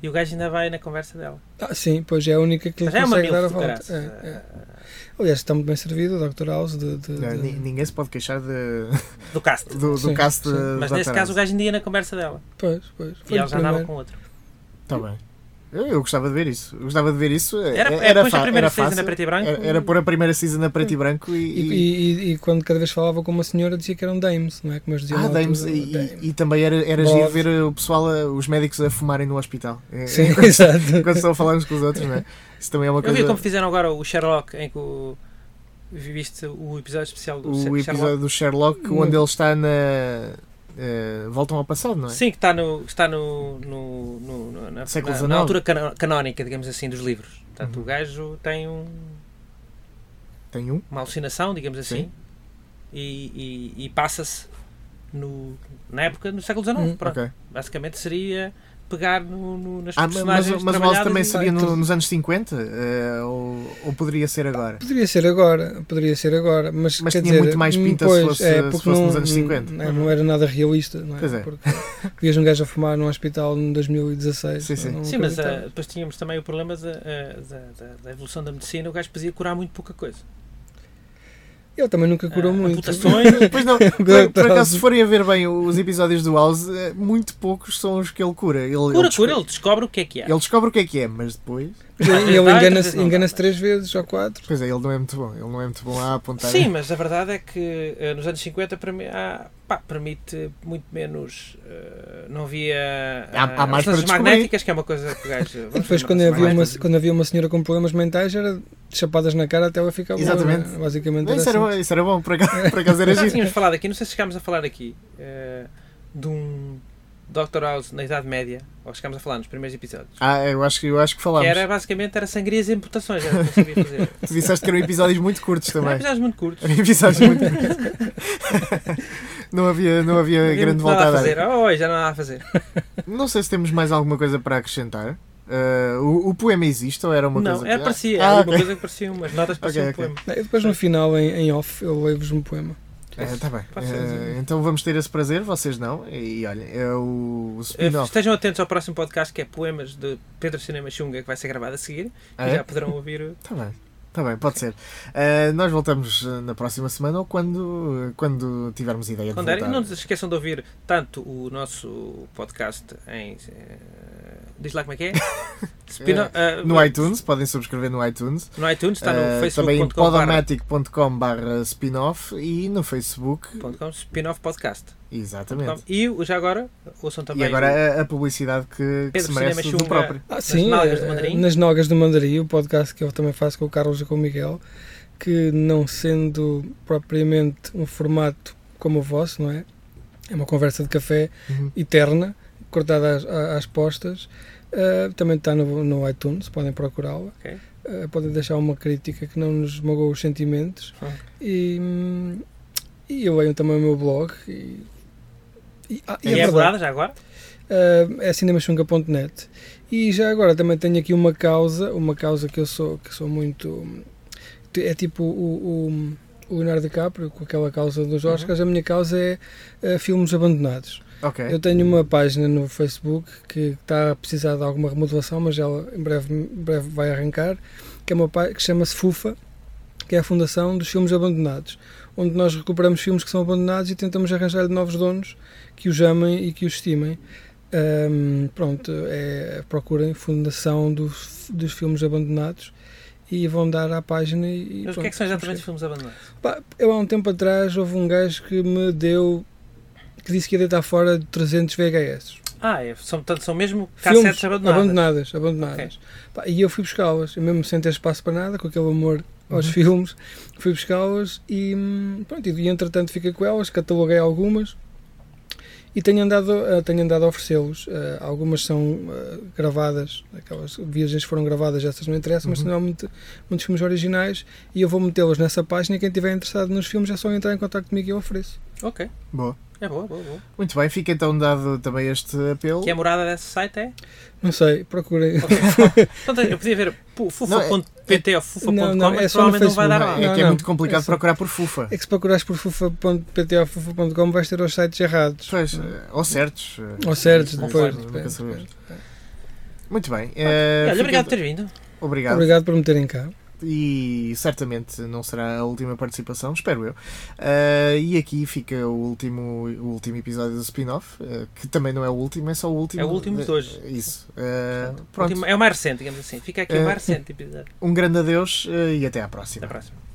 Speaker 4: e o gajo ainda vai na conversa dela.
Speaker 5: Ah, sim, pois é a única que lhe
Speaker 4: Mas é uma
Speaker 5: consegue dar a
Speaker 4: milf do
Speaker 5: volta.
Speaker 4: caraças. eh,
Speaker 5: É, é. Aliás, está muito bem servido o Dr. House de, de-
Speaker 3: Não,
Speaker 5: de-
Speaker 3: ni- ninguém se pode queixar de-
Speaker 4: Do cast.
Speaker 3: do, do
Speaker 5: Sim,
Speaker 3: cast
Speaker 5: sim.
Speaker 3: de-
Speaker 4: Mas
Speaker 3: da
Speaker 4: nesse caso
Speaker 3: Taranto.
Speaker 4: o gajo ainda ia na conversa dela.
Speaker 5: Pois, pois.
Speaker 4: E
Speaker 5: Foi
Speaker 4: ela
Speaker 5: o
Speaker 4: já andava
Speaker 5: primeiro.
Speaker 4: com outro.
Speaker 3: Tá bem. Eu, eu gostava de ver isso. Eu gostava de ver isso.
Speaker 4: Era,
Speaker 3: Era,
Speaker 4: é depois
Speaker 3: fa-
Speaker 4: da primeira
Speaker 3: era
Speaker 4: season
Speaker 3: fácil.
Speaker 4: a preto e branco.
Speaker 3: Era, era pôr a primeira season a preto e branco
Speaker 5: E,
Speaker 3: e.
Speaker 5: e- e- e quando cada vez falava com uma senhora dizia que eram dames, não é? Como eles diziam
Speaker 3: ah,
Speaker 5: na
Speaker 3: Dames,
Speaker 5: altura,
Speaker 3: e,
Speaker 5: dame.
Speaker 3: e- e também era, era
Speaker 5: Bode.
Speaker 3: giro ver o pessoal, a- os médicos a fumarem no hospital. É,
Speaker 5: Sim, exato.
Speaker 3: Quando estão a falar uns com os outros, não é? Isso também é uma
Speaker 4: Eu vi
Speaker 3: coisa.
Speaker 4: como fizeram agora o Sherlock em que o, viste o episódio especial do
Speaker 3: O
Speaker 4: Sherlock. Hum.
Speaker 3: episódio do Sherlock, onde
Speaker 5: Não.
Speaker 3: ele está na. eh, voltam ao passado, não é?
Speaker 4: Sim, que está no, que está no, no- no- no- na,
Speaker 3: Século
Speaker 4: na- na
Speaker 3: XIX.
Speaker 4: altura cano- canónica, digamos assim, dos livros. Portanto,
Speaker 3: Uhum.
Speaker 4: o gajo tem um-
Speaker 3: Tem um.
Speaker 4: uma alucinação, digamos assim,
Speaker 3: Sim.
Speaker 4: e, e- e passa-se no- na época do século XIX.
Speaker 5: Hum,
Speaker 4: pronto.
Speaker 3: Ok.
Speaker 4: Basicamente seria pegar no, no- nas
Speaker 3: Ah, mas, mas,
Speaker 4: personagens
Speaker 3: mas o Oz
Speaker 4: trabalhadas
Speaker 3: também
Speaker 4: e-
Speaker 3: seria
Speaker 5: Vai,
Speaker 3: no-
Speaker 5: tudo.
Speaker 3: nos anos 50? eh, ou, ou poderia ser agora?
Speaker 5: Poderia ser agora, poderia ser agora, mas,
Speaker 3: Mas
Speaker 5: quer
Speaker 3: tinha
Speaker 5: dizer,
Speaker 3: muito mais pinta se
Speaker 5: pois,
Speaker 3: fosse-
Speaker 5: é,
Speaker 3: se
Speaker 5: porque
Speaker 3: fosse
Speaker 5: não,
Speaker 3: nos anos
Speaker 5: não-
Speaker 3: 50.
Speaker 5: Não, não era nada realista, não é?
Speaker 3: Pois é.
Speaker 5: Porque vias um gajo a fumar num hospital em 2016.
Speaker 3: Sim, sim.
Speaker 5: não é
Speaker 4: Sim, mas ah,
Speaker 5: acreditava.
Speaker 4: depois tínhamos também o problema da, ah, da- da- da evolução da medicina, o gajo podia curar muito pouca coisa.
Speaker 5: Ele também nunca curou
Speaker 4: Ah,
Speaker 5: muito.
Speaker 4: Amputações,
Speaker 3: Pois não, por, por acaso, se forem a ver bem os episódios do House, eh, muito poucos são os que ele cura. Ele,
Speaker 4: cura,
Speaker 3: ele
Speaker 4: cura,
Speaker 3: descobre-
Speaker 4: ele descobre o que é que é.
Speaker 3: ele descobre o que é que é, mas depois.
Speaker 5: Ele,
Speaker 4: Às vezes dá, às
Speaker 5: ele
Speaker 4: vezes
Speaker 5: engana-se
Speaker 4: não dá,
Speaker 5: engana-se
Speaker 4: mas-
Speaker 5: três vezes ou quatro.
Speaker 3: Pois é, ele não é muito bom. Ele não é muito bom a apontar.
Speaker 4: Sim, mas a verdade é que eh, nos anos 50 permi- há- pá, permite muito menos. eh, não havia
Speaker 3: Há- há
Speaker 4: ah,
Speaker 3: mais para
Speaker 4: ressonâncias
Speaker 3: descobrir.
Speaker 4: magnéticas, que é uma coisa que o gajo.
Speaker 5: E depois, quando
Speaker 3: Mas
Speaker 5: havia,
Speaker 3: mais
Speaker 5: uma,
Speaker 3: possível.
Speaker 5: quando havia uma senhora com problemas mentais, era chapadas na cara até ela ficar boa,
Speaker 3: Exatamente.
Speaker 5: não é? Basicamente
Speaker 3: Não,
Speaker 5: era
Speaker 3: isso, era,
Speaker 5: assim.
Speaker 3: bom- isso era bom, por acaso, por acaso era
Speaker 4: Já
Speaker 3: giro.
Speaker 4: tínhamos falado aqui, não sei se chegámos a falar aqui, eh, de um Dr. House na Idade Média, ou chegámos a falar nos primeiros episódios.
Speaker 3: Ah, eu acho que, eu acho que
Speaker 4: Que
Speaker 3: falámos.
Speaker 4: era basicamente era sangrias e amputações, era o que eu sabia fazer.
Speaker 3: Tu disseste que eram episódios muito curtos
Speaker 4: Eram
Speaker 3: também.
Speaker 4: episódios muito curtos.
Speaker 3: Eram episódios muito curtos. Não havia, não havia
Speaker 4: não havia
Speaker 3: grande
Speaker 4: muito
Speaker 3: volta
Speaker 4: nada
Speaker 3: a
Speaker 4: a
Speaker 3: dar.
Speaker 4: fazer. Oh, já não há nada a fazer.
Speaker 3: Não sei se temos mais alguma coisa para acrescentar. Ah, o, o poema existe ou era uma
Speaker 4: não,
Speaker 3: coisa
Speaker 4: era
Speaker 3: que...
Speaker 4: parecia,
Speaker 3: Ah,
Speaker 4: era
Speaker 3: ok.
Speaker 4: uma coisa que parecia umas notas pareciam
Speaker 3: Ok,
Speaker 4: um
Speaker 3: ok.
Speaker 4: poema.
Speaker 5: Não, E depois, no final, em, em off, eu leio-vos um poema.
Speaker 3: Ah, tá bem.
Speaker 4: Pode ser.
Speaker 3: Ah, então vamos ter esse prazer, vocês não. E olha, é o, o
Speaker 4: Eh,
Speaker 3: spin-off.
Speaker 4: Estejam atentos ao próximo podcast que é Poemas de Pedro Cinema Xunga, que vai ser gravado a seguir.
Speaker 3: Ah,
Speaker 4: E
Speaker 3: é?
Speaker 4: já poderão ouvir. o-
Speaker 3: Tá bem. Tá bem, pode ser. Ah, nós voltamos ah, na próxima semana ou quando, quando tivermos ideia
Speaker 4: Quando
Speaker 3: de
Speaker 4: der. E
Speaker 3: voltar.
Speaker 4: não se esqueçam de ouvir tanto o nosso podcast em. eh, diz lá como é que é? Spino- eh,
Speaker 3: No iTunes, podem subscrever no iTunes.
Speaker 4: No iTunes, está no
Speaker 3: Ah, também em
Speaker 4: facebook.com.
Speaker 3: podomatic.com barra spin-off e no Facebook.
Speaker 4: Spin-off podcast.
Speaker 3: Exatamente.
Speaker 4: E o- já agora, ouçam
Speaker 3: É. E
Speaker 4: Então, também. o-
Speaker 3: agora a, a publicidade que, que
Speaker 4: Pedro
Speaker 3: se merece
Speaker 4: Cinema
Speaker 3: do
Speaker 4: Xunga.
Speaker 3: próprio.
Speaker 5: Ah, sim,
Speaker 4: Nogas do
Speaker 5: eh,
Speaker 4: Mandarim?
Speaker 5: nas Nogas do Mandarim, o podcast que eu também faço com o Carlos e com o Miguel, que não sendo propriamente um formato como o vosso, não é? É uma conversa de café
Speaker 3: Uhum.
Speaker 5: eterna, cortada às, à- às postas. Ah, também está no, no iTunes, podem procurá-la.
Speaker 4: Ok.
Speaker 5: Ah, podem deixar uma crítica que não nos magoou os sentimentos.
Speaker 4: Ok.
Speaker 5: E, hum, e eu leio também o meu blog. E, e- ah, e
Speaker 4: E é,
Speaker 5: verdade.
Speaker 4: verdade, já agora?
Speaker 5: Ah, é cinemaxunga.net e já agora também tenho aqui uma causa uma causa que eu sou que sou muito é tipo o, o, o Leonardo DiCaprio com aquela causa dos
Speaker 4: Uhum.
Speaker 5: Oscars a minha causa é ah, filmes abandonados
Speaker 3: Ok.
Speaker 5: eu tenho uma página no Facebook que está a precisar de alguma remodelação mas ela em breve, em breve vai arrancar que, é uma, pá- que chama-se FUFA que é a Fundação dos Filmes Abandonados onde nós recuperamos filmes que são abandonados e tentamos arranjar novos donos que os amem e que os estimem. Ahm, pronto, é, procurem Fundação dos, dos Filmes Abandonados e vão dar à página e. e
Speaker 4: Mas o que é que
Speaker 5: pronto,
Speaker 4: são exatamente
Speaker 5: subscrevam.
Speaker 4: os filmes abandonados?
Speaker 5: Pá, eu há um tempo atrás houve um gajo que me deu. que disse que ia deitar fora de 300 VHS.
Speaker 4: Ah, é, são, portanto, são mesmo
Speaker 5: Filmes
Speaker 4: cassetes abandonadas.
Speaker 5: Abandonadas, abandonadas. Pá, e eu fui buscá-las, eu mesmo sem ter espaço para nada, com aquele amor aos filmes, fui buscá-las e hum, pronto, e entretanto fiquei com elas, cataloguei algumas e tenho andado, a- eh, tenho andado a oferecê-los. Ah, algumas são ah, gravadas, aquelas viagens que foram gravadas, essas não interessam, mas
Speaker 3: Uhum.
Speaker 5: não há muito- muitos filmes originais e eu vou metê-los nessa página e quem estiver interessado nos filmes é só entrar em contato comigo e eu ofereço.
Speaker 4: Ok,
Speaker 3: Boa.
Speaker 4: é boa, boa, boa.
Speaker 3: Muito bem, fica então dado também este apelo.
Speaker 4: Que a morada desse site é?
Speaker 5: Não sei, procurem.
Speaker 4: Portanto, eu podia ver pu- fufa.pt ou fufa.com,
Speaker 5: não, não, é
Speaker 4: mas
Speaker 5: só no
Speaker 4: provavelmente não vai dar
Speaker 5: Facebook.
Speaker 4: lá.
Speaker 3: É que é
Speaker 5: não.
Speaker 3: muito complicado
Speaker 5: É só-
Speaker 3: procurar por FUFA.
Speaker 5: É que se procurares por fufa.pt ou fufa.com vais ter os sites errados.
Speaker 3: Pois, eh, ou certos. eh,
Speaker 5: Ou certos,
Speaker 3: nunca
Speaker 5: depois.
Speaker 3: sabemos,
Speaker 5: depende,
Speaker 3: nunca sabemos.
Speaker 5: depende.
Speaker 3: Muito bem.
Speaker 4: Olha,
Speaker 3: eh, fica-
Speaker 4: obrigado por teres vindo.
Speaker 3: Obrigado.
Speaker 5: Obrigado por me terem cá.
Speaker 3: E certamente não será a última participação, espero eu. Eh, e aqui fica o último, o último episódio do spin-off, eh, que também não é o último, é só o último.
Speaker 4: É o último de hoje.
Speaker 3: Isso. Eh,
Speaker 4: Portanto,
Speaker 3: pronto.
Speaker 4: último- é o mais recente, digamos assim. Fica aqui
Speaker 3: É.
Speaker 4: o mais recente episódio.
Speaker 3: Um grande adeus eh, e até à próxima.
Speaker 4: Até a próxima.